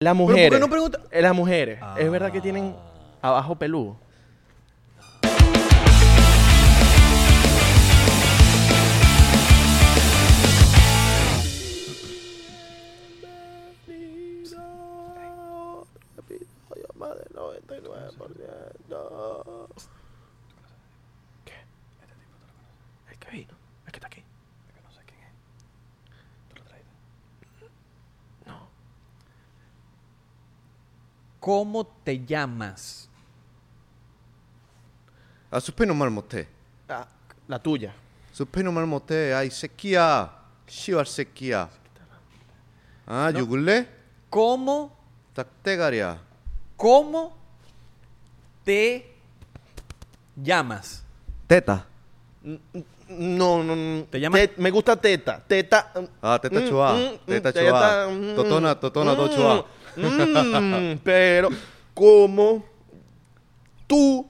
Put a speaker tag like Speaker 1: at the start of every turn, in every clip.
Speaker 1: Las
Speaker 2: por qué
Speaker 1: mujeres.
Speaker 2: no pregunta?
Speaker 1: Eh, Las mujeres. Es verdad
Speaker 3: Ah.
Speaker 1: que tienen abajo peludo. ¿Qué? El que vino. El que está aquí.
Speaker 3: ¿Cómo te llamas?
Speaker 2: A sus penos mal moté.
Speaker 1: Ah, la tuya.
Speaker 2: Sus penos mal moté. Ay, sequía. Shivar sequía. Ah, yugule.
Speaker 3: ¿Cómo,
Speaker 2: Tactegaria.
Speaker 3: cómo te llamas?
Speaker 2: Teta.
Speaker 1: No, no, no.
Speaker 3: ¿Te llamas?
Speaker 1: Te- me gusta teta. Teta. mm,
Speaker 2: Ah, teta
Speaker 1: mm,
Speaker 2: chua.
Speaker 1: mm, mm,
Speaker 2: Teta chua.
Speaker 1: mm,
Speaker 2: Totona, totona,
Speaker 1: mm,
Speaker 2: to chua.
Speaker 1: mm, pero, como tú,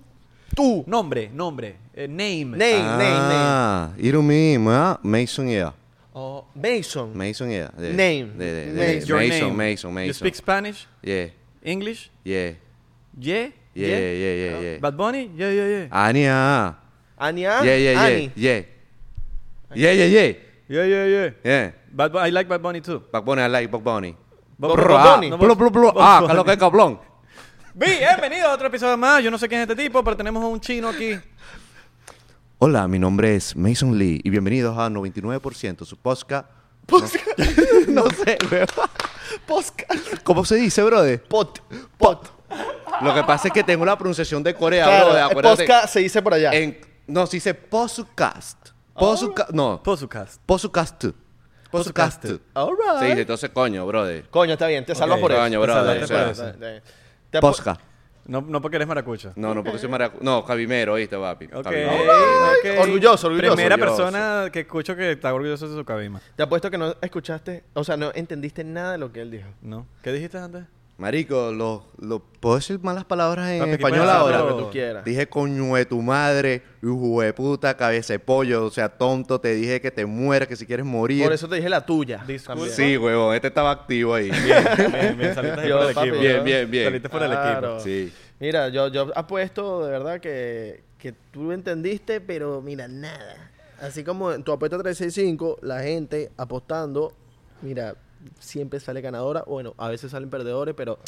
Speaker 1: tú.
Speaker 3: Nombre, nombre. eh, name.
Speaker 1: Name, name, name.
Speaker 2: Ah, irumi, ma, Mason ya.
Speaker 1: Oh, Mason.
Speaker 2: Mason ya. De-
Speaker 1: Name.
Speaker 2: de- de- de-
Speaker 1: Name.
Speaker 2: de-
Speaker 3: Your
Speaker 2: Mason,
Speaker 3: name.
Speaker 2: Mason,
Speaker 3: You
Speaker 2: Mason.
Speaker 3: speak Spanish?
Speaker 2: Yeah,
Speaker 3: English?
Speaker 2: yeah,
Speaker 3: Yeah?
Speaker 2: yeah, yeah, yeah, yeah.
Speaker 3: Bad Bunny? Yeah, yeah, yeah.
Speaker 2: Ania.
Speaker 3: Ah,
Speaker 1: Ania.
Speaker 2: Yeah, yeah, yeah,
Speaker 1: Ani.
Speaker 2: yeah. Yeah, yeah, yeah.
Speaker 3: Yeah, yeah, yeah.
Speaker 2: Yeah.
Speaker 3: Bad Bu- I like Bad Bunny too.
Speaker 2: Bad Bunny, I like Bad Bunny.
Speaker 3: Bad-
Speaker 1: Bro,
Speaker 3: Bad
Speaker 1: ah,
Speaker 3: Bunny.
Speaker 2: Blu, blu, blu. Ah, que lo que es cabrón.
Speaker 3: Bienvenido a otro episodio más. Yo no sé quién es este tipo, pero tenemos a un chino aquí.
Speaker 2: Hola, mi nombre es Mason Lee y bienvenidos a 99% su podcast. No, no sé, weón.
Speaker 1: Podcast.
Speaker 2: ¿Cómo se dice, brother?
Speaker 1: Pot. Pot.
Speaker 2: Lo que pasa es que tengo la pronunciación de Corea,
Speaker 1: Claro,
Speaker 2: brother.
Speaker 1: eh,
Speaker 2: Acuérdate.
Speaker 1: podcast se dice por allá.
Speaker 2: En- no, se dice podcast.
Speaker 3: Oh.
Speaker 2: Podcast. No.
Speaker 3: Podcast.
Speaker 2: Podcast. Podcast.
Speaker 3: Podcast.
Speaker 1: All
Speaker 2: Se dice,
Speaker 1: right.
Speaker 2: entonces, coño, brother.
Speaker 1: Coño, está bien. Te salvas
Speaker 3: Ok.
Speaker 1: por eso.
Speaker 2: Coño,
Speaker 1: Te
Speaker 2: brother,
Speaker 1: salvaste
Speaker 2: o sea.
Speaker 1: por eso. Está bien. Te apo-
Speaker 2: Podcast.
Speaker 3: No, no porque eres maracucho.
Speaker 2: No, no, porque soy maracu... No, Cabimero, ¿viste, papi?
Speaker 3: Ok,
Speaker 2: Cabimero.
Speaker 3: ok.
Speaker 1: Orgulloso, orgulloso.
Speaker 3: Primera
Speaker 2: Orgulloso.
Speaker 3: persona que escucho que está orgulloso de su cabima.
Speaker 1: Te apuesto que no escuchaste, o sea, no entendiste nada de lo que él dijo.
Speaker 3: ¿No? ¿Qué dijiste antes?
Speaker 2: Marico, lo, lo- ¿puedo decir malas palabras en
Speaker 3: Papi, ¿qué
Speaker 2: español
Speaker 3: puedes hacer?
Speaker 2: ahora?
Speaker 1: Lo que tú quieras.
Speaker 2: Dije coño de tu madre, hijo de puta, cabeza de pollo, o sea, tonto, te dije que te mueras, que si quieres morir.
Speaker 1: Por eso te dije la tuya.
Speaker 3: Disculpa.
Speaker 1: también.
Speaker 2: Sí, huevón, este estaba activo ahí.
Speaker 3: Bien, bien, saliste ahí
Speaker 1: Yo,
Speaker 3: por el
Speaker 1: papi,
Speaker 3: equipo.
Speaker 1: yo. Bien,
Speaker 2: bien, bien.
Speaker 3: Saliste por el
Speaker 1: Claro.
Speaker 3: equipo.
Speaker 2: Sí.
Speaker 1: Mira, yo, yo apuesto de verdad que, que tú entendiste, pero mira, nada. Así como en tu apuesta 365, la gente apostando, mira, siempre sale ganadora. Bueno, a veces salen perdedores, pero,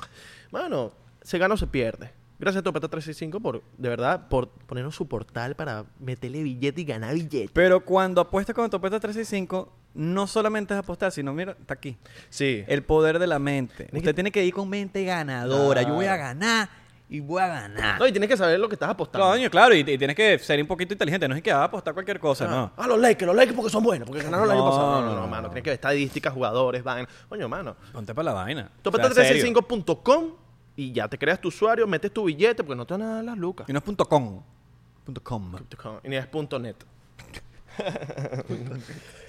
Speaker 1: mano, se gana o se pierde. Gracias a tu apuesta 365 por, de verdad, por ponernos su portal para meterle billete y ganar billete.
Speaker 3: Pero cuando apuestas con tu apuesta 365, no solamente es apostar, sino mira, está aquí.
Speaker 1: Sí.
Speaker 3: El poder de la mente. Usted tiene que ir con mente ganadora. Yo voy a
Speaker 1: Claro.
Speaker 3: ganar y voy a ganar.
Speaker 1: No, y tienes que saber lo que estás apostando.
Speaker 3: Coño, claro, y, y tienes que ser un poquito inteligente. No es que va a apostar cualquier cosa, no.
Speaker 1: Ah, los Lakers, los Lakers porque son buenos, porque ganaron el año
Speaker 3: No,
Speaker 1: pasado. No, no,
Speaker 3: no,
Speaker 1: no,
Speaker 3: no.
Speaker 1: mano. Tienes que ver estadísticas, jugadores, van. Coño, mano.
Speaker 3: Ponte para la vaina.
Speaker 1: Tú
Speaker 3: O sea,
Speaker 1: apuestas
Speaker 3: serio.
Speaker 1: 365.com y ya te creas tu usuario, metes tu billete porque no te van a dar las lucas.
Speaker 3: Y no es punto com. Punto com.
Speaker 1: Y ni es punto .net.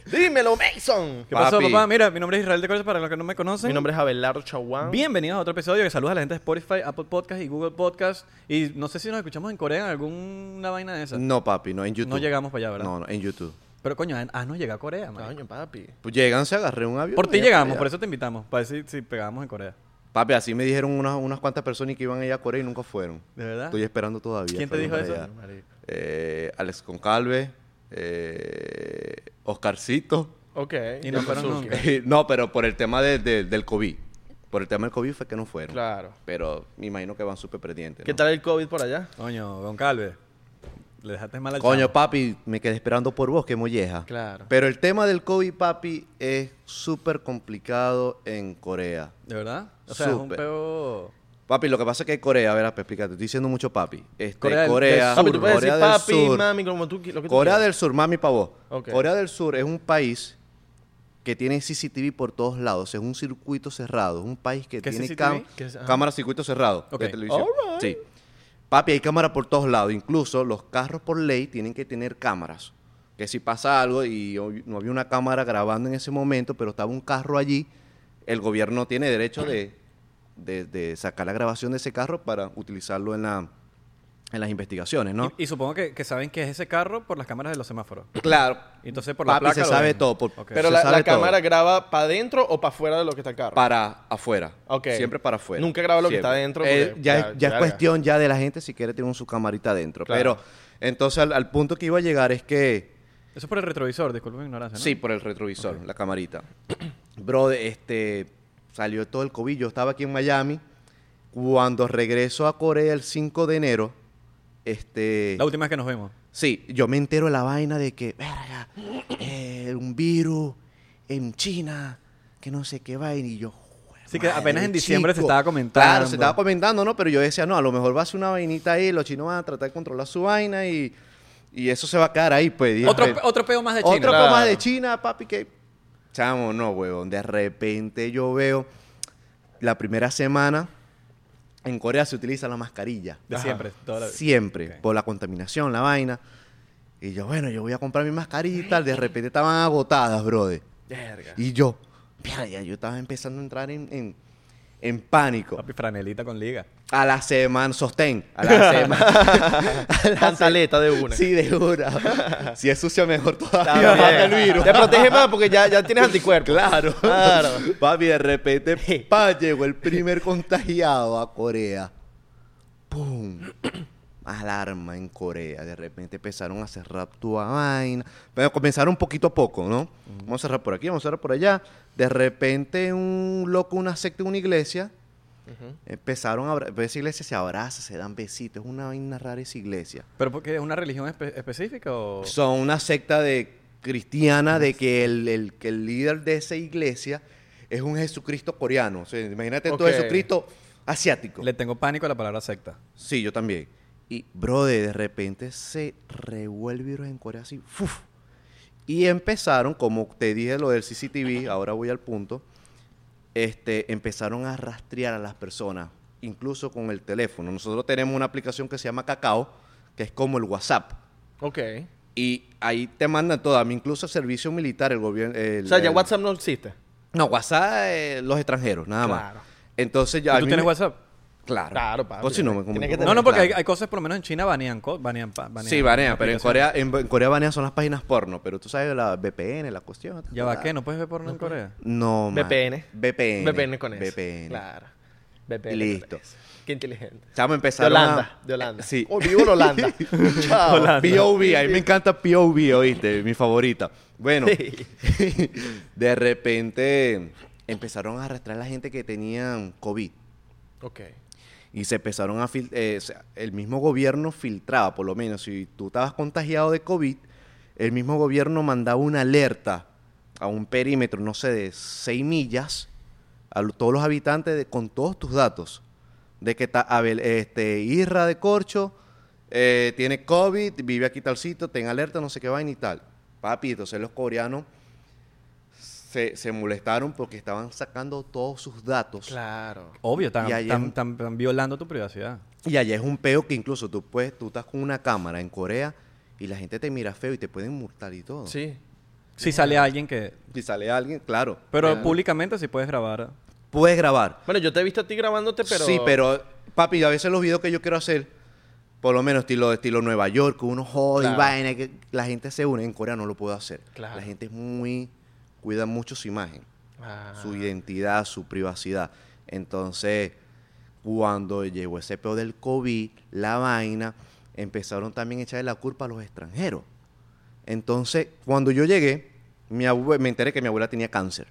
Speaker 1: Dímelo, Mason.
Speaker 3: ¿Qué pasó,
Speaker 2: Papi.
Speaker 3: papá? Mira, mi nombre es Israel de Cortes, para los que no me conocen.
Speaker 1: Mi nombre es Abelardo Chauán.
Speaker 3: Bienvenidos a otro episodio que saluda a la gente de Spotify, Apple Podcast y Google Podcast. Y no sé si nos escuchamos en Corea en alguna vaina de esas.
Speaker 2: No, papi, no en YouTube.
Speaker 3: No llegamos para allá, ¿verdad?
Speaker 2: No, no, en YouTube.
Speaker 3: Pero coño, ah, no llega a Corea, man.
Speaker 1: Coño, papi.
Speaker 2: Pues llegan, se agarré un avión.
Speaker 3: Por ti
Speaker 2: y ya para
Speaker 3: llegamos,
Speaker 2: allá.
Speaker 3: por eso te invitamos. Para decir si pegábamos en Corea.
Speaker 2: Papi, así me dijeron unas, unas cuantas personas que iban allá a Corea y nunca fueron.
Speaker 3: ¿De verdad?
Speaker 2: Estoy esperando todavía.
Speaker 3: ¿Quién te
Speaker 2: fueron
Speaker 3: dijo
Speaker 2: para
Speaker 3: eso?
Speaker 2: allá. Eh, Alex Concalve, eh, Oscarcito.
Speaker 1: Ok.
Speaker 3: Y no
Speaker 1: El
Speaker 3: fueron
Speaker 1: Suzuki.
Speaker 3: nunca.
Speaker 2: no, pero por el tema de- de- del COVID. Por el tema del COVID fue que no fueron.
Speaker 1: Claro.
Speaker 2: Pero me imagino que van súper pendientes.
Speaker 1: ¿Qué
Speaker 2: ¿no?
Speaker 1: tal el COVID por allá?
Speaker 3: Coño, Don Calve. Le dejaste mal al
Speaker 2: Coño,
Speaker 3: chamo.
Speaker 2: papi, me quedé esperando por vos, que molleja.
Speaker 1: Claro.
Speaker 2: Pero el tema del COVID, papi, es súper complicado en Corea.
Speaker 3: ¿De verdad? O sea, es un
Speaker 2: Súper.
Speaker 3: peo...
Speaker 2: Papi, lo que pasa es que Corea, a ver, Pepe, explícate, estoy diciendo mucho papi. Este,
Speaker 3: Corea del-
Speaker 2: Corea, Corea,
Speaker 3: del
Speaker 1: Papi, tú puedes decir
Speaker 2: del
Speaker 1: papi,
Speaker 2: Sur.
Speaker 1: mami, como tú, qui- lo que tú
Speaker 2: Corea
Speaker 1: quieras.
Speaker 2: del Sur, mami, pavo.
Speaker 1: Ok.
Speaker 2: Corea del Sur es un país que tiene CCTV por todos lados. Es un circuito cerrado. Es un país que
Speaker 3: ¿Qué
Speaker 2: tiene
Speaker 3: CCTV?
Speaker 1: ¿Qué es? Ajá.
Speaker 2: cámara circuito cerrado
Speaker 3: Ok.
Speaker 2: de televisión.
Speaker 1: All right.
Speaker 2: Sí. Papi, hay cámara por todos lados. Incluso los carros por ley tienen que tener cámaras. Que si pasa algo y hoy no había una cámara grabando en ese momento, pero estaba un carro allí, el gobierno tiene derecho de, de- de sacar la grabación de ese carro para utilizarlo en la, en las investigaciones, ¿no?
Speaker 3: Y, y supongo que, que saben que es ese carro por las cámaras de los semáforos.
Speaker 4: Claro.
Speaker 3: Y entonces por la
Speaker 2: Papi
Speaker 3: placa
Speaker 2: se
Speaker 3: lo
Speaker 2: sabe
Speaker 3: ven.
Speaker 2: todo. por-
Speaker 3: Ok.
Speaker 4: Pero
Speaker 2: se
Speaker 4: la,
Speaker 2: sabe
Speaker 4: la
Speaker 2: todo.
Speaker 4: cámara graba para adentro o para afuera de lo que está el carro.
Speaker 2: para afuera.
Speaker 4: Ok.
Speaker 2: Siempre para afuera.
Speaker 4: Nunca graba lo que
Speaker 2: Siempre.
Speaker 4: está adentro,
Speaker 2: Eh,
Speaker 4: porque,
Speaker 2: ya,
Speaker 4: ya,
Speaker 2: es- ya es
Speaker 4: verga.
Speaker 2: cuestión ya de la gente si quiere tener su camarita adentro.
Speaker 4: Claro.
Speaker 2: Pero entonces al, al punto que iba a llegar es que...
Speaker 3: Eso es por el retrovisor, disculpen mi ignorancia. ¿no?
Speaker 2: Sí, por el retrovisor, la camarita. Bro, este, salió todo el COVID. Yo estaba aquí en Miami. Cuando regreso a Corea el 5 de enero, este...
Speaker 3: La última vez que nos vemos.
Speaker 2: Sí, yo me entero de la vaina de que, verga, eh, un virus en China, que no sé qué vaina, y yo... "Jue
Speaker 3: Sí, que apenas en
Speaker 2: madre,
Speaker 3: diciembre se
Speaker 2: chico".
Speaker 3: estaba comentando.
Speaker 2: Claro, se estaba comentando, ¿no? Pero yo decía, no, a lo mejor va a ser una vainita ahí, los chinos van a tratar de controlar su vaina y, y eso se va a quedar ahí, pues. y-
Speaker 3: Otro,
Speaker 2: pues,
Speaker 3: pe- otro peo más de China.
Speaker 2: otro
Speaker 4: Claro.
Speaker 2: más de China, papi, que... Chamo, no, huevón, de repente yo veo la primera semana, en Corea se utiliza la mascarilla.
Speaker 3: De
Speaker 4: Ajá.
Speaker 3: siempre. toda la vida.
Speaker 2: Siempre,
Speaker 3: Ok.
Speaker 2: por la contaminación, la vaina. Y yo, bueno, yo voy a comprar mi mascarita y tal. De repente estaban agotadas, brother.
Speaker 4: Verga.
Speaker 2: Y yo, mierda, ya yo estaba empezando a entrar en, en, en pánico.
Speaker 3: Papi, franelita con liga.
Speaker 2: A la semana, sostén. A la semana.
Speaker 4: Pantaleta de una.
Speaker 2: sí, Ah, de una. Si es sucio, mejor todavía.
Speaker 4: Está
Speaker 2: mata el
Speaker 4: bien.
Speaker 2: virus.
Speaker 4: Te protege más porque ya, ya tienes anticuerpos. Claro. Claro.
Speaker 2: Papi, de repente, pa, llegó el primer contagiado a Corea. ¡Pum! Alarma en Corea. De repente empezaron a cerrar tu vaina. Pero comenzaron poquito a poco, ¿no? Vamos a cerrar por aquí, vamos a cerrar por allá. De repente, un loco, una secta, una iglesia. Empezaron a... abra- pero Esa iglesia se abraza, se dan besitos. Es una vaina rara esa iglesia.
Speaker 3: ¿Pero porque es una religión espe- específica o...?
Speaker 2: Son una secta de cristiana de que el, el- que el líder de esa iglesia es un Jesucristo coreano. O sea, imagínate tú
Speaker 4: Ok.
Speaker 2: Jesucristo asiático.
Speaker 3: Le tengo pánico a la palabra secta.
Speaker 2: Sí, yo también. Y, brother, de repente se revuelve el virus en Corea así. ¡fuf! Y empezaron, como te dije lo del CCTV, ahora voy al punto, este, empezaron a rastrear a las personas, incluso con el teléfono. Nosotros tenemos una aplicación que se llama Cacao, que es como el WhatsApp.
Speaker 4: Ok.
Speaker 2: Y ahí te mandan todas, incluso servicio militar, el gobierno. el-
Speaker 4: O sea, ya
Speaker 2: el-
Speaker 4: WhatsApp no existe.
Speaker 2: No, WhatsApp, eh, los extranjeros, nada
Speaker 4: Claro.
Speaker 2: más. Entonces ya.
Speaker 3: ¿Y
Speaker 2: a
Speaker 3: ¿Tú
Speaker 2: mí
Speaker 3: tienes
Speaker 2: me-
Speaker 3: WhatsApp?
Speaker 2: Claro.
Speaker 4: Claro, papi.
Speaker 2: Pues si no me
Speaker 4: Tienes
Speaker 2: comunico
Speaker 4: que
Speaker 2: con-
Speaker 3: No, no, porque hay,
Speaker 2: claro.
Speaker 3: hay cosas, por lo menos en China, banean, co- banean, pa- banean
Speaker 2: Sí, banean, pero en
Speaker 3: aplicaciones.
Speaker 2: Corea, en, en Corea banean son las páginas porno, pero tú sabes la VPN, la cuestión.
Speaker 3: ¿Ya va qué? ¿No puedes ver porno en Corea?
Speaker 2: Ah. No, man.
Speaker 4: VPN.
Speaker 2: VPN.
Speaker 4: VPN con eso.
Speaker 2: VPN.
Speaker 4: Claro. VPN.
Speaker 2: Listo.
Speaker 4: con eso. Qué inteligente.
Speaker 2: Chamo,
Speaker 4: De
Speaker 2: empezaron a-
Speaker 4: Holanda. De Holanda.
Speaker 2: Sí.
Speaker 4: Oh, vivo en Holanda. Chao.
Speaker 3: Holanda.
Speaker 2: POV, a mí me encanta POV, oíste, mi favorita. Bueno, de repente empezaron a arrastrar a la gente que tenían COVID
Speaker 4: Ok.
Speaker 2: y se empezaron a fil- eh, o sea, el mismo gobierno filtraba, por lo menos, si tú estabas contagiado de COVID, el mismo gobierno mandaba una alerta a un perímetro, no sé, de 6 millas a lo- todos los habitantes de- con todos tus datos de que ta- Abel- este, Irra de Corcho eh, tiene COVID, vive aquí tal sitio, ten alerta, no sé qué vaina y tal. Papi, entonces los coreanos se, se molestaron porque estaban sacando todos sus datos.
Speaker 4: Claro.
Speaker 3: Obvio, están,
Speaker 2: Y ahí
Speaker 3: están-
Speaker 2: en-
Speaker 3: están- están violando tu privacidad.
Speaker 2: Y allá es un peo que incluso tú puedes, tú estás con una cámara en Corea y la gente te mira feo y te pueden multar y todo.
Speaker 4: Sí.
Speaker 3: Si sale alguien que...
Speaker 2: Si sale alguien, claro.
Speaker 3: Pero
Speaker 2: Claro.
Speaker 3: públicamente sí puedes grabar.
Speaker 2: puedes grabar.
Speaker 4: Bueno, yo te he visto a ti grabándote, pero.
Speaker 2: Sí, pero papi, a veces los videos que yo quiero hacer, por lo menos estilo estilo Nueva York, que uno jode y
Speaker 4: Claro.
Speaker 2: vaina, que la gente se une, en Corea no lo puedo hacer.
Speaker 4: Claro.
Speaker 2: La gente es muy cuida mucho su imagen.
Speaker 4: Ah.
Speaker 2: su identidad, su privacidad. Entonces, cuando llegó ese peor del COVID, la vaina, empezaron también a echarle la culpa a los extranjeros. Entonces, cuando yo llegué, mi abue- me enteré que mi abuela tenía cáncer.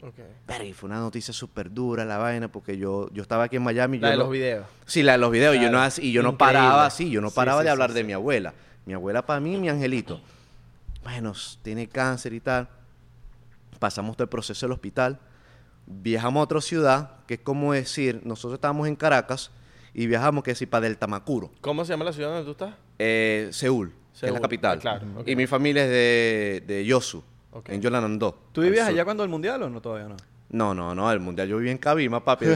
Speaker 4: Ok.
Speaker 2: Pero y fue una noticia súper dura la vaina, porque yo, yo estaba aquí en Miami.
Speaker 4: La
Speaker 2: yo
Speaker 4: de
Speaker 2: no-
Speaker 4: los videos.
Speaker 2: Sí, la de los videos. Yo
Speaker 4: Claro.
Speaker 2: no, as- y yo no
Speaker 4: Increíble.
Speaker 2: paraba así, yo no
Speaker 4: Sí,
Speaker 2: paraba
Speaker 4: sí,
Speaker 2: de
Speaker 4: sí,
Speaker 2: hablar de
Speaker 4: sí.
Speaker 2: mi abuela. Mi abuela para mí, mi angelito. Bueno, s- tiene cáncer y tal. Pasamos todo el proceso del hospital. Viajamos a otra ciudad, que es como decir, nosotros estábamos en Caracas y viajamos, que si para Del Tamacuro,
Speaker 4: ¿Cómo se llama la ciudad donde tú estás?
Speaker 2: eh, Seúl, que es la
Speaker 4: Seúl,
Speaker 2: capital.
Speaker 4: ah, claro, ok.
Speaker 2: Y mi familia es de, de Yosu,
Speaker 4: Ok.
Speaker 2: en Yolanandó.
Speaker 3: ¿Tú
Speaker 2: al
Speaker 3: vivías
Speaker 2: sur.
Speaker 3: allá cuando el mundial o no todavía no?
Speaker 2: No, no, no, el mundial yo viví en Cabima, papi.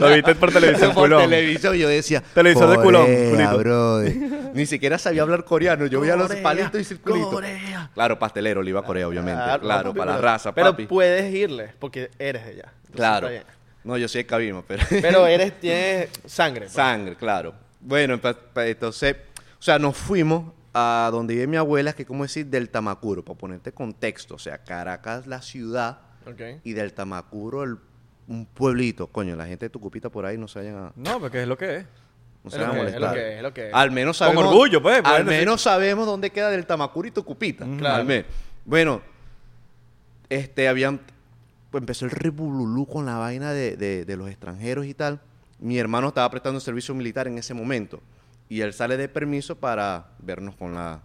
Speaker 2: Lo
Speaker 3: viste por televisión,
Speaker 2: por
Speaker 3: culón.
Speaker 2: televisión yo decía
Speaker 3: Televisor de culón,
Speaker 2: Corea,
Speaker 3: culito".
Speaker 2: brother. ni siquiera sabía hablar coreano yo veía los
Speaker 4: Corea,
Speaker 2: palitos y circulitos
Speaker 4: Corea.
Speaker 2: claro pastelero le iba a Corea obviamente
Speaker 1: Ah,
Speaker 2: claro,
Speaker 4: papi,
Speaker 2: para la
Speaker 4: pero-
Speaker 2: raza
Speaker 4: Pero
Speaker 2: papi
Speaker 4: puedes irle, porque eres de allá. Entonces
Speaker 2: claro
Speaker 4: está bien.
Speaker 2: no yo soy de Cabima pero
Speaker 4: Pero eres, tienes sangre. pues.
Speaker 2: sangre claro Bueno, pa- pa- entonces, o sea, nos fuimos a donde vive mi abuela, que es como decir del Tamacuro, para ponerte contexto. O sea, Caracas, la ciudad,
Speaker 4: Ok.
Speaker 2: y del Tamacuro, el- un pueblito. Coño, la gente de Tucupita por ahí no se vayan a,
Speaker 3: No, porque es lo que es.
Speaker 2: no
Speaker 4: Es
Speaker 2: se
Speaker 4: lo
Speaker 2: vayan a
Speaker 4: que es, es lo
Speaker 2: molestar.
Speaker 4: que es, es lo que es.
Speaker 2: Al menos
Speaker 3: Con
Speaker 2: sabemos.
Speaker 3: orgullo, pues, pueden
Speaker 2: Al
Speaker 3: decir.
Speaker 2: menos sabemos dónde queda del Tamacuro y Tucupita.
Speaker 4: Claro.
Speaker 2: Al menos. Bueno, este, habían. Pues empezó el ribululú con la vaina de, de- de los extranjeros y tal. Mi hermano estaba prestando servicio militar en ese momento. Y él sale de permiso para vernos con, la,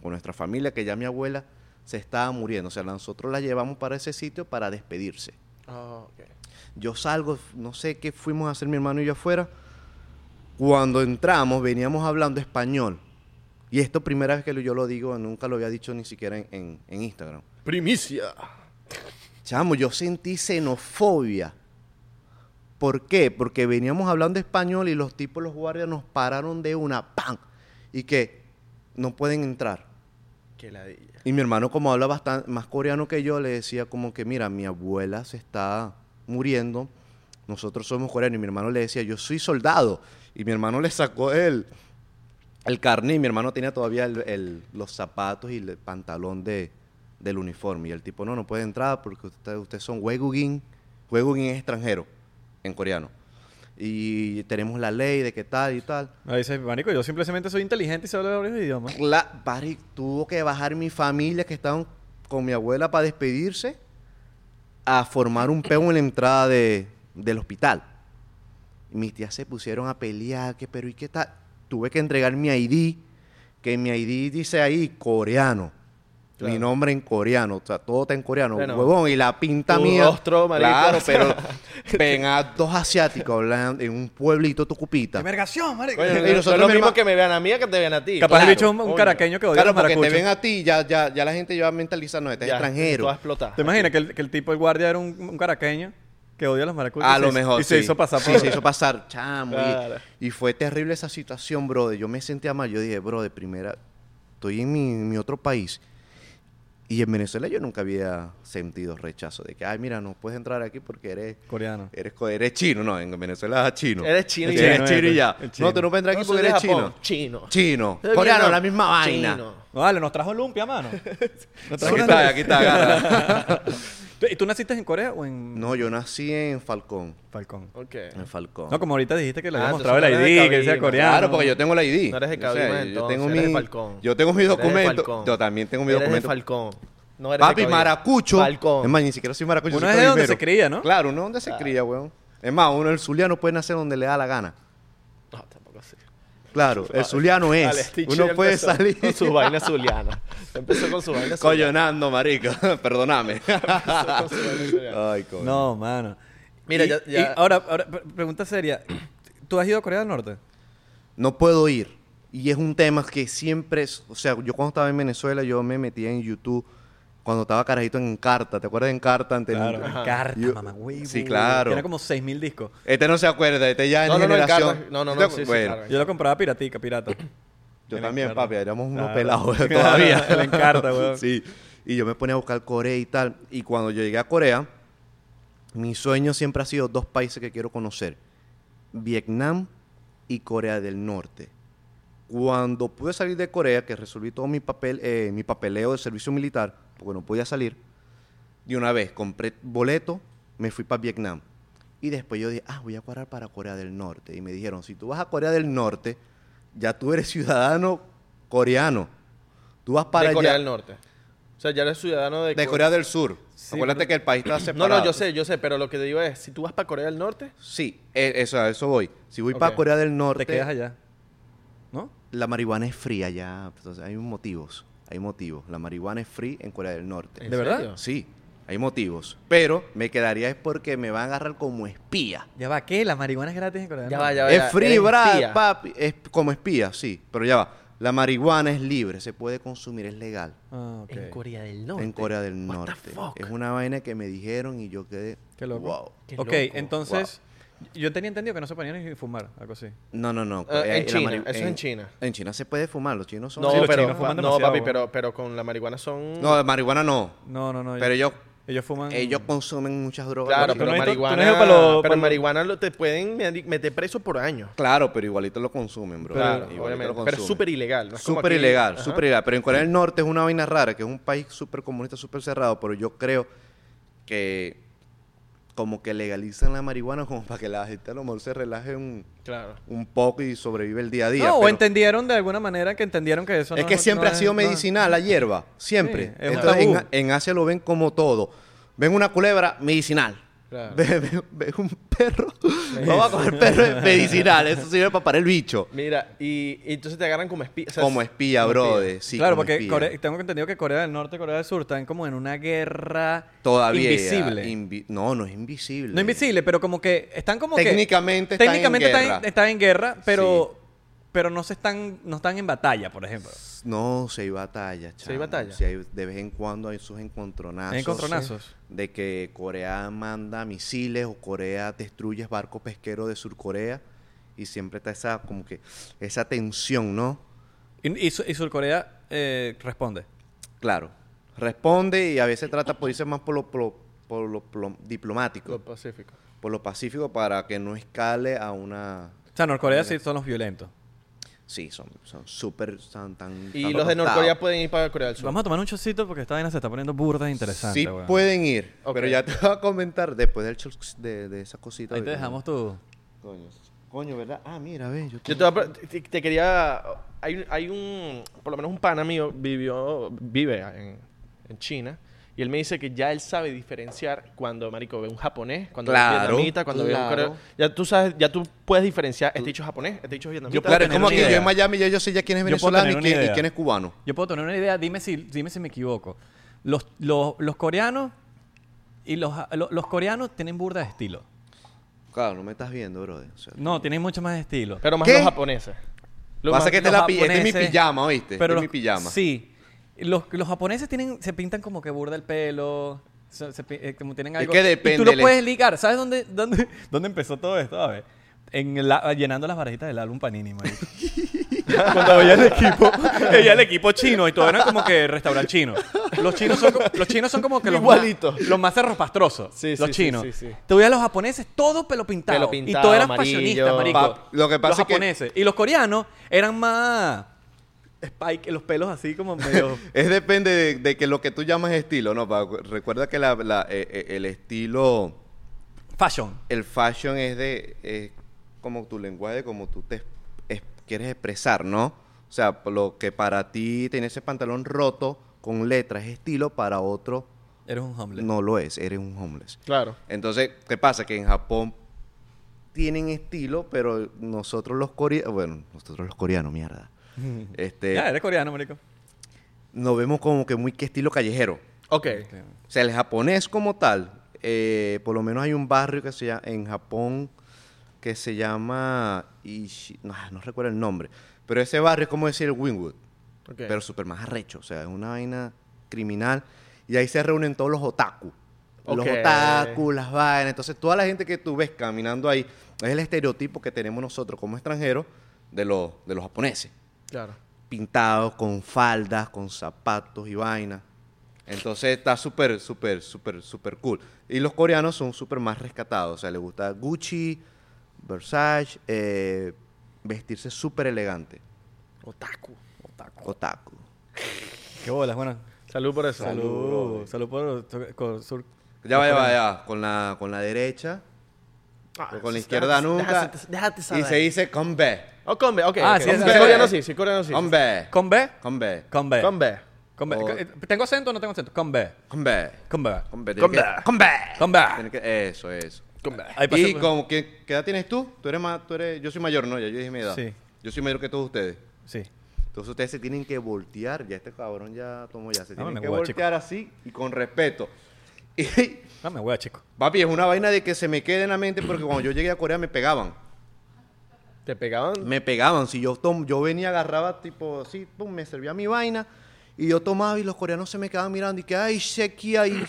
Speaker 2: con nuestra familia, que ya mi abuela se estaba muriendo. O sea, nosotros la llevamos para ese sitio para despedirse.
Speaker 4: Ah,
Speaker 3: Oh,
Speaker 4: ok.
Speaker 2: Yo salgo, f- no sé qué fuimos a hacer mi hermano y yo afuera. Cuando entramos, veníamos hablando español. Y esto primera vez que lo- yo lo digo, nunca lo había dicho ni siquiera en, en- en Instagram.
Speaker 4: Primicia.
Speaker 2: Chamo, yo sentí xenofobia. ¿Por qué? Porque veníamos hablando español y los tipos, los guardias, nos pararon de una, ¡pam! Y que no pueden entrar.
Speaker 4: Qué ladilla.
Speaker 2: Y mi hermano, como habla bastante más coreano que yo, le decía como que, mira, mi abuela se está muriendo, nosotros somos coreanos. Y mi hermano le decía, yo soy soldado. Y mi hermano le sacó el, el carné y mi hermano tenía todavía el- el- los zapatos y el pantalón de, del uniforme. Y el tipo, no, no puede entrar porque usted- ustedes son huegugin. Huegugin es extranjero en coreano. Y tenemos la ley de qué tal y tal.
Speaker 3: Ahí dice, marico, yo simplemente soy inteligente y sé hablar varios idiomas.
Speaker 2: Cla- pari- tuvo que bajar mi familia que estaban con mi abuela para despedirse a formar un peo en la entrada de- del hospital. Y Mis tías se pusieron a pelear, que pero ¿y qué tal? Tuve que entregar mi ID, que mi ID dice ahí coreano.
Speaker 4: Claro.
Speaker 2: Mi nombre en coreano, o sea, todo está en coreano,
Speaker 4: Bueno,
Speaker 2: huevón, y la pinta
Speaker 4: tu
Speaker 2: mía.
Speaker 4: rostro, marico,
Speaker 2: Claro,
Speaker 4: o sea.
Speaker 2: pero ven a dos asiáticos hablando en un pueblito tucupita.
Speaker 3: ¡Vergación, marico!
Speaker 4: Coño,
Speaker 2: Y
Speaker 4: no- no es
Speaker 2: nosotros
Speaker 4: lo
Speaker 2: mi
Speaker 4: mismo
Speaker 2: herma-
Speaker 4: que me vean a mí a que te vean a ti.
Speaker 3: eh, Capaz el
Speaker 4: Claro,
Speaker 3: bicho es un, un
Speaker 4: coño.
Speaker 3: caraqueño que odia
Speaker 2: Claro,
Speaker 3: los
Speaker 2: porque te
Speaker 3: maracuchos.
Speaker 2: ven a ti, ya, ya, ya la gente ya mentaliza, no, este es
Speaker 4: Ya,
Speaker 2: extranjero.
Speaker 4: Tú vas a explotar.
Speaker 3: ¿Te imaginas que el, que el tipo, el guardia, era un, un caraqueño que odia a los maracuchos? y
Speaker 2: A
Speaker 3: se
Speaker 2: lo
Speaker 3: hizo-
Speaker 2: mejor.
Speaker 3: Y se
Speaker 2: sí.
Speaker 3: hizo pasar por...
Speaker 2: Sí, se hizo pasar, chamo. y-
Speaker 4: Claro.
Speaker 2: Y, fue terrible esa situación, bro. Yo me sentía mal. Yo dije, bro, de primera, estoy en mi, mi otro país. Y en Venezuela yo nunca había sentido rechazo de que, ay, mira, no puedes entrar aquí porque eres.
Speaker 3: Coreano.
Speaker 2: Eres, co- eres chino, no, en Venezuela es chino.
Speaker 4: Eres chino y
Speaker 2: Eres
Speaker 3: ya.
Speaker 2: chino y ya.
Speaker 3: Eres chino.
Speaker 2: No, tú no puedes entrar aquí
Speaker 4: No, soy
Speaker 2: porque
Speaker 4: de
Speaker 2: eres
Speaker 4: Japón.
Speaker 2: chino.
Speaker 4: Chino.
Speaker 2: Chino.
Speaker 4: Soy de
Speaker 2: Coreano,
Speaker 4: Vietnam.
Speaker 2: la misma vaina.
Speaker 4: Chino.
Speaker 3: No, Vale, nos trajo Lumpia, mano. Nos trajo
Speaker 2: Aquí
Speaker 3: una-
Speaker 2: está, aquí está, agarra.
Speaker 3: ¿Tú- ¿Y tú naciste en Corea o en
Speaker 2: No, yo nací en Falcón.
Speaker 3: Falcón?
Speaker 4: Ok.
Speaker 2: En Falcón.
Speaker 3: No, como ahorita dijiste que le
Speaker 4: Ah,
Speaker 3: había
Speaker 4: tú
Speaker 3: mostrado
Speaker 4: eres
Speaker 3: el
Speaker 4: de
Speaker 3: ID, que decía
Speaker 4: Cabima.
Speaker 3: coreano.
Speaker 2: Claro, porque yo tengo la ID.
Speaker 4: No eres de
Speaker 2: O sea,
Speaker 4: Cabima,
Speaker 2: yo
Speaker 4: entonces,
Speaker 2: tengo
Speaker 4: eres
Speaker 2: mi,
Speaker 4: de Falcón.
Speaker 2: Yo tengo mi
Speaker 4: Eres de
Speaker 2: documento.
Speaker 4: Falcón.
Speaker 2: Yo también tengo mi
Speaker 4: Eres de
Speaker 2: documento.
Speaker 4: Falcón. No eres de
Speaker 2: Papi,
Speaker 4: Cabima.
Speaker 2: maracucho.
Speaker 4: Falcón.
Speaker 2: Es más, ni siquiera soy maracucho.
Speaker 3: Uno
Speaker 2: soy
Speaker 3: es de donde
Speaker 2: cabimero.
Speaker 3: se cría, ¿no?
Speaker 2: Claro, uno es donde se
Speaker 4: Ah.
Speaker 2: cría, weón. Es más, uno, el zuliano puede nacer donde le da la gana.
Speaker 4: No, tampoco así.
Speaker 2: Claro, el zuliano es.
Speaker 4: Dale, Stitch ya
Speaker 2: uno puede
Speaker 4: empezó
Speaker 2: salir.
Speaker 4: Con su vaina zuliana. Empezó con su vaina zuliana.
Speaker 2: Collonando, marico. Perdóname.
Speaker 4: Empezó con su vaina zuliana.
Speaker 2: Ay, coño.
Speaker 3: No, mano.
Speaker 4: Mira,
Speaker 3: Y-
Speaker 4: ya- ya-
Speaker 3: y ahora, ahora, pre- pregunta seria. ¿Tú has ido a Corea del Norte?
Speaker 2: no puedo ir. Y es un tema que siempre, es- o sea, yo cuando estaba en Venezuela, yo me metía en YouTube cuando estaba carajito en Encarta, ¿te acuerdas de Encarta? Antes
Speaker 3: En Carta,
Speaker 2: Yo-
Speaker 3: mamá, güey.
Speaker 2: Sí, claro.
Speaker 3: Tiene como 6.000 discos.
Speaker 2: Este no se acuerda, este ya es
Speaker 4: No, no, no,
Speaker 2: generación.
Speaker 4: Encarta. No, no, no,
Speaker 2: Yo-
Speaker 4: sí, sí,
Speaker 2: bueno,
Speaker 4: claro.
Speaker 3: Yo lo compraba piratica, pirata.
Speaker 2: yo
Speaker 3: En
Speaker 2: también,
Speaker 3: Encarta.
Speaker 2: papi, éramos unos
Speaker 3: Claro.
Speaker 2: pelados todavía.
Speaker 3: En Encarta, weón.
Speaker 2: Sí. Y yo me ponía a buscar Corea y tal. Y cuando yo llegué a Corea, mi sueño siempre ha sido dos países que quiero conocer: Vietnam y Corea del Norte. Cuando pude salir de Corea, que resolví todo mi papel, eh, mi papeleo de servicio militar, porque no podía salir, de una vez compré boleto, me fui para Vietnam. Y después yo dije, ah, voy a cuadrar para Corea del Norte. Y me dijeron, si tú vas a Corea del Norte, ya tú eres ciudadano coreano. Tú vas para
Speaker 4: de Corea
Speaker 2: allá-
Speaker 4: del Norte. O sea, ya eres ciudadano de,
Speaker 2: de Corea del Sur.
Speaker 3: Sí,
Speaker 2: Acuérdate
Speaker 3: pero-
Speaker 2: que el país está
Speaker 4: No,
Speaker 2: separado.
Speaker 4: no, yo sé, yo sé, pero lo que te digo es, si tú vas para Corea del Norte,
Speaker 2: Sí, e- eso, a eso voy. Si voy para
Speaker 4: Ok.
Speaker 2: Corea del Norte,
Speaker 3: Te quedas allá. ¿No?
Speaker 2: la marihuana es fría ya. Entonces hay motivos. Hay motivos. La marihuana es free en Corea del Norte.
Speaker 4: ¿En
Speaker 3: ¿De verdad?
Speaker 4: serio?
Speaker 2: Sí, hay motivos. Pero me quedaría es porque me van a agarrar como espía.
Speaker 3: Ya va, ¿qué? La marihuana es gratis en Corea del
Speaker 4: Ya
Speaker 3: Norte.
Speaker 4: va, ya va.
Speaker 2: Es free,
Speaker 4: eres
Speaker 2: bra,
Speaker 4: espía.
Speaker 2: papi. Es como espía, sí. Pero ya va. La marihuana es libre, se puede consumir, es legal.
Speaker 3: Ah, ok.
Speaker 4: en Corea del Norte.
Speaker 2: En Corea del
Speaker 4: What the
Speaker 2: Norte.
Speaker 4: fuck?
Speaker 2: Es una vaina que me dijeron y yo quedé.
Speaker 3: Qué loco.
Speaker 2: Wow.
Speaker 4: Qué
Speaker 3: ok,
Speaker 4: loco.
Speaker 3: entonces... Yo tenía entendido que no se ponían ni fumar, algo así.
Speaker 2: No, no, no.
Speaker 4: Ah, en
Speaker 2: Eh, la
Speaker 4: China,
Speaker 2: mari-
Speaker 4: eso es en China.
Speaker 2: En China se puede fumar, los chinos son.
Speaker 4: No,
Speaker 3: Sí, los
Speaker 4: pero,
Speaker 3: chinos fuman
Speaker 4: no
Speaker 3: demasiado,
Speaker 4: papi,
Speaker 3: ¿no?
Speaker 4: pero, pero con la marihuana son...
Speaker 2: No, de marihuana no.
Speaker 3: No, no, no.
Speaker 2: Pero yo
Speaker 3: Ellos fuman.
Speaker 2: Ellos consumen muchas drogas.
Speaker 4: Claro,
Speaker 3: tú
Speaker 2: marico.
Speaker 4: pero
Speaker 3: no eres- tú no
Speaker 4: marihuana.
Speaker 3: eres para lo- para
Speaker 4: pero
Speaker 3: lo-
Speaker 4: marihuana lo- te pueden me- meter preso por años.
Speaker 2: Claro, pero igualito lo consumen, bro.
Speaker 4: Claro,
Speaker 2: Igualito
Speaker 4: obviamente.
Speaker 2: lo consumen.
Speaker 4: Pero es súper ilegal. ¿no? Es como
Speaker 2: Súper
Speaker 4: aquí-
Speaker 2: ilegal,
Speaker 4: Ajá.
Speaker 2: súper ilegal. Pero en Corea del Norte es una vaina rara, que es un país súper comunista, súper cerrado, pero yo creo que como que legalizan la marihuana como para que la gente a lo mejor se relaje un,
Speaker 4: Claro.
Speaker 2: un poco y sobrevive el día a día.
Speaker 3: No, o
Speaker 2: pero
Speaker 3: entendieron de alguna manera que entendieron que eso
Speaker 2: es
Speaker 3: no-
Speaker 2: que siempre
Speaker 3: no
Speaker 2: ha sido
Speaker 3: no
Speaker 2: medicinal la hierba, siempre.
Speaker 3: Sí, es un
Speaker 2: Entonces, en,
Speaker 3: tabú.
Speaker 2: en Asia lo ven como todo. Ven una culebra, medicinal.
Speaker 4: Claro.
Speaker 2: Ven, ven- ven un perro, vamos a comer perro es medicinal, eso sirve para parar el bicho.
Speaker 4: Mira, y, y entonces te agarran como espía. o sea,
Speaker 2: Como espía,
Speaker 4: como espía.
Speaker 2: brother. Sí,
Speaker 3: claro,
Speaker 2: como
Speaker 3: porque
Speaker 2: espía.
Speaker 3: Corea- tengo entendido que Corea del Norte y Corea del Sur están como en una guerra
Speaker 2: Todavía.
Speaker 3: invisible.
Speaker 2: invi- no, no es invisible.
Speaker 3: no invisible, pero como que están como
Speaker 2: Técnicamente
Speaker 3: que
Speaker 2: están en
Speaker 3: técnicamente están en-
Speaker 2: guerra.
Speaker 3: están en guerra, pero pero no se están no están en batalla, por ejemplo.
Speaker 2: No, si hay batalla, chamo.
Speaker 4: Sí hay batalla.
Speaker 2: Sí hay- de vez en cuando hay sus encontronazos.
Speaker 3: Hay encontronazos.
Speaker 2: sí, De que Corea manda misiles o Corea destruye barcos pesqueros de Sur Corea. Y siempre está esa, como que, esa tensión, ¿no?
Speaker 3: Y, y Su- y Sur Corea eh, responde.
Speaker 2: Claro. Responde y a veces trata por irse más por lo, por lo- por lo plo-
Speaker 4: Lo
Speaker 2: diplomático,
Speaker 4: pacífico.
Speaker 2: por lo pacífico, para que no escale a una...
Speaker 3: O sea, Norcorea sí son los violentos.
Speaker 2: Sí, son son súper... son tan-
Speaker 4: Y
Speaker 2: tan
Speaker 4: los
Speaker 2: tostados.
Speaker 4: de Norcorea pueden ir para Corea del Sur.
Speaker 3: Vamos a tomar un chocito porque esta vaina se está poniendo burda e interesante.
Speaker 2: Sí
Speaker 3: weón.
Speaker 2: pueden ir,
Speaker 4: Ok.
Speaker 2: pero ya te voy a comentar después del choc- de, de esa cosita.
Speaker 3: Ahí te
Speaker 2: de-
Speaker 3: dejamos tu
Speaker 2: Coño, coño, ¿verdad? Ah, mira, ve. Yo
Speaker 4: Yo te, voy a pre- te- te quería. Hay, un- hay un. Por lo menos un pana mío vivió, vive en, en China. Y él me dice que ya él sabe diferenciar cuando, marico, ve un japonés, cuando ve un
Speaker 2: Claro,
Speaker 4: vietnamita, cuando ve un
Speaker 2: claro.
Speaker 4: coreano. Ya tú sabes, ya tú puedes diferenciar este dicho es japonés, este dicho es vietnamita.
Speaker 3: Yo
Speaker 2: claro,
Speaker 3: puedo
Speaker 2: es como
Speaker 3: tener
Speaker 2: aquí
Speaker 3: una
Speaker 2: yo
Speaker 3: idea.
Speaker 2: en Miami, ya yo sé ya quién es
Speaker 3: Yo puedo
Speaker 2: venezolano y
Speaker 3: tener una
Speaker 2: quién, y
Speaker 3: idea.
Speaker 2: quién es cubano.
Speaker 3: Yo puedo tener una idea, dime si, dime si me equivoco. Los, los, los coreanos y los, los, los coreanos tienen burda de estilo.
Speaker 2: Claro, no me estás viendo, brother. O sea,
Speaker 3: No, tienen mucho más estilo.
Speaker 4: Pero más
Speaker 2: ¿Qué?
Speaker 4: los japoneses. Lo
Speaker 2: pasa
Speaker 4: más-
Speaker 2: que esta es,
Speaker 3: los
Speaker 2: la pi- esta es mi
Speaker 3: japoneses-
Speaker 2: pijama, ¿oíste? Esta
Speaker 3: Pero
Speaker 2: es mi
Speaker 3: los-
Speaker 2: pijama.
Speaker 3: Sí. Los, los japoneses tienen, se pintan como que burda el pelo. se- se pi- eh, como tienen
Speaker 2: Es
Speaker 3: algo.
Speaker 2: que
Speaker 3: y tú
Speaker 2: depende
Speaker 3: lo
Speaker 2: del-
Speaker 3: puedes ligar. ¿Sabes dónde, dónde, dónde empezó todo esto? A ver. En la- llenando las barajitas del álbum Panini, marico. Cuando veía el equipo, veía el equipo chino y todo era como que restaurante chino. Los chinos son, co- los chinos son como que los
Speaker 4: Igualito.
Speaker 3: más, los más cerropastrosos.
Speaker 4: Sí, sí,
Speaker 3: los
Speaker 4: sí,
Speaker 3: chinos.
Speaker 4: sí, sí.
Speaker 3: Te veías los japoneses todo pelo pintado,
Speaker 4: Pelo
Speaker 3: y
Speaker 4: pintado,
Speaker 3: todo eran
Speaker 4: amarillo.
Speaker 3: pasionistas, marico.
Speaker 2: Pap- lo que pasa
Speaker 3: los
Speaker 2: es que-
Speaker 3: japoneses y los coreanos eran más spike, los pelos así como medio
Speaker 2: Es depende de, de que lo que tú llamas estilo, ¿no? Pa- recuerda que la- la- eh, eh, el estilo,
Speaker 3: fashion.
Speaker 2: el fashion es de es como tu lenguaje, como tú te es- quieres expresar, ¿no? O sea, por lo que para ti tiene ese pantalón roto con letras es estilo, para otro
Speaker 3: Eres un homeless.
Speaker 2: no lo es, eres un homeless.
Speaker 4: Claro.
Speaker 2: Entonces, ¿qué pasa? Que en Japón tienen estilo, pero nosotros los coreanos, bueno, nosotros los coreanos, mierda. Este,
Speaker 3: Ya, eres coreano, marico.
Speaker 2: nos vemos como que muy que estilo callejero.
Speaker 4: Ok.
Speaker 2: O sea, el japonés como tal, eh, por lo menos hay un barrio que se llama, en Japón que se llama, Ishi- no, no recuerdo el nombre, pero ese barrio es como decir Winwood,
Speaker 4: ok.
Speaker 2: pero súper más arrecho, o sea, es una vaina criminal y ahí se reúnen todos los otaku. Los
Speaker 4: Ok.
Speaker 2: otaku, las vainas. Entonces, toda la gente que tú ves caminando ahí es el estereotipo que tenemos nosotros como extranjeros de los, de los japoneses
Speaker 4: claro.
Speaker 2: pintados, con faldas, con zapatos y vaina. Entonces está súper, súper, súper, súper cool. Y los coreanos son súper más rescatados. O sea, les gusta Gucci, Versace, eh, vestirse súper elegante.
Speaker 4: Otaku.
Speaker 2: Otaku.
Speaker 3: Qué bolas, bueno.
Speaker 4: Salud por eso.
Speaker 3: Salud, salud por, por- por sur.
Speaker 2: Ya va, ya va, ya va. Con la, con la derecha,
Speaker 4: Ah,
Speaker 2: con la
Speaker 4: déjate-
Speaker 2: izquierda nunca.
Speaker 4: Déjate, déjate
Speaker 2: y
Speaker 4: saber.
Speaker 2: se dice combe.
Speaker 4: Oh, combe, ok.
Speaker 3: Ah,
Speaker 4: ok.
Speaker 3: sí, es-
Speaker 4: Sí,
Speaker 3: es-
Speaker 4: coreano sí, sí, coreano sí.
Speaker 2: Combe.
Speaker 3: ¿Con B?
Speaker 2: Combe.
Speaker 3: Con B.
Speaker 4: Combe.
Speaker 3: Con B.
Speaker 2: O-
Speaker 3: Eh, ¿Tengo acento o no tengo acento? Con B.
Speaker 2: Combe.
Speaker 3: Con B.
Speaker 2: Combe.
Speaker 4: Combe.
Speaker 2: Combe.
Speaker 3: Con B.
Speaker 2: Tiene que- Eso, eso.
Speaker 4: Combe.
Speaker 3: Ahí pasé pues.
Speaker 2: ¿Y
Speaker 3: por-
Speaker 2: como que, qué edad tienes tú? Tú eres más, tú eres, yo soy mayor, ¿no? Ya yo dije mi edad.
Speaker 3: Sí.
Speaker 2: Yo soy mayor que todos ustedes.
Speaker 3: Sí.
Speaker 2: Entonces ustedes se tienen que voltear. Ya este cabrón ya tomó ya. Se tienen
Speaker 3: me
Speaker 2: que
Speaker 3: huevo,
Speaker 2: voltear así y con respeto. Y,
Speaker 3: Dame hueá, chico.
Speaker 2: papi, es una vaina de que se me quede en la mente porque cuando yo llegué a Corea me pegaban.
Speaker 4: Te pegaban.
Speaker 2: Me pegaban. Si yo tom- yo venía, agarraba tipo así, pum, me servía mi vaina. Y yo tomaba y los coreanos se me quedaban mirando y que, ay, aquí, ay.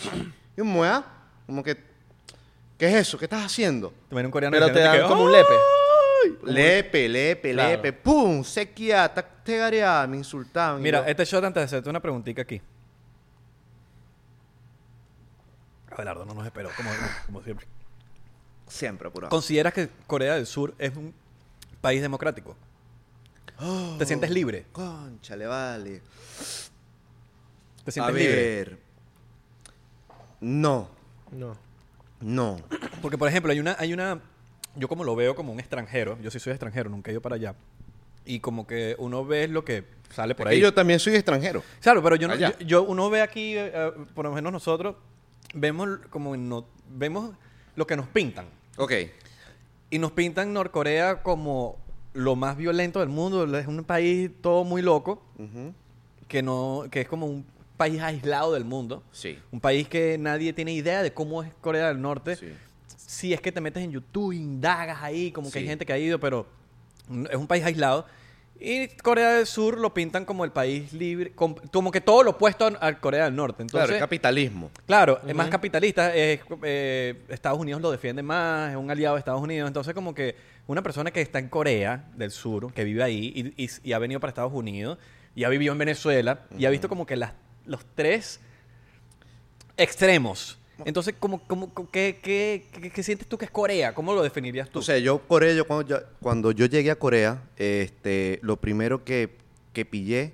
Speaker 2: Y me como que, ¿qué es eso? ¿Qué estás haciendo?
Speaker 3: También un coreano
Speaker 4: Pero te
Speaker 3: diciéndote
Speaker 4: dan
Speaker 3: que, "Oh,
Speaker 4: como un lepe.
Speaker 2: Lepe, lepe,
Speaker 4: Claro.
Speaker 2: lepe. ¡Pum! Sequía, ta- tegarea, me insultaban.
Speaker 3: Mira, eh,
Speaker 2: Y yo-
Speaker 3: este shot antes de hacerte una preguntita aquí. Abelardo no nos esperó, como, como siempre.
Speaker 2: Siempre apurado.
Speaker 3: ¿Consideras que Corea del Sur es un país democrático? ¿Te sientes libre?
Speaker 2: Concha, le Oh, vale. A
Speaker 3: ¿Te sientes libre?
Speaker 2: ver. No,
Speaker 4: No.
Speaker 2: no.
Speaker 3: Porque, por ejemplo, hay una, hay una. Yo como lo veo como un extranjero, yo sí soy extranjero, nunca he ido para allá. Y como que uno ve lo que sale por
Speaker 2: Porque
Speaker 3: ahí.
Speaker 2: yo también soy extranjero.
Speaker 3: Claro, pero yo, no, yo,
Speaker 2: Allá.
Speaker 3: yo- uno ve aquí, eh, eh, por lo menos nosotros, vemos l- como no, vemos lo que nos pintan.
Speaker 2: Ok.
Speaker 3: Y nos pintan Norcorea como lo más violento del mundo, es un país todo muy loco,
Speaker 2: Ujú.
Speaker 3: que no, que es como un país aislado del mundo.
Speaker 2: Sí.
Speaker 3: Un país que nadie tiene idea de cómo es Corea del Norte.
Speaker 2: Sí.
Speaker 3: Si es que te metes en YouTube, indagas ahí, como que hay
Speaker 2: Sí.
Speaker 3: gente que ha ido, pero n- es un país aislado. Y Corea del Sur lo pintan como el país libre, com- como que todo lo opuesto a, a Corea del Norte. Entonces,
Speaker 2: claro, el capitalismo.
Speaker 3: Claro, es más capitalista. es, eh, Estados Unidos lo defiende más, es un aliado de Estados Unidos. Entonces, como que una persona que está en Corea del Sur, que vive ahí y, y- y ha venido para Estados Unidos, y ha vivido en Venezuela, y ha visto como que las, los tres extremos. Entonces, como, como, co- ¿qué, qué, qué- qué sientes tú que es Corea? ¿Cómo lo definirías tú?
Speaker 2: O sea, yo Corea, yo cuando, ya- cuando yo llegué a Corea, este, lo primero que, que pillé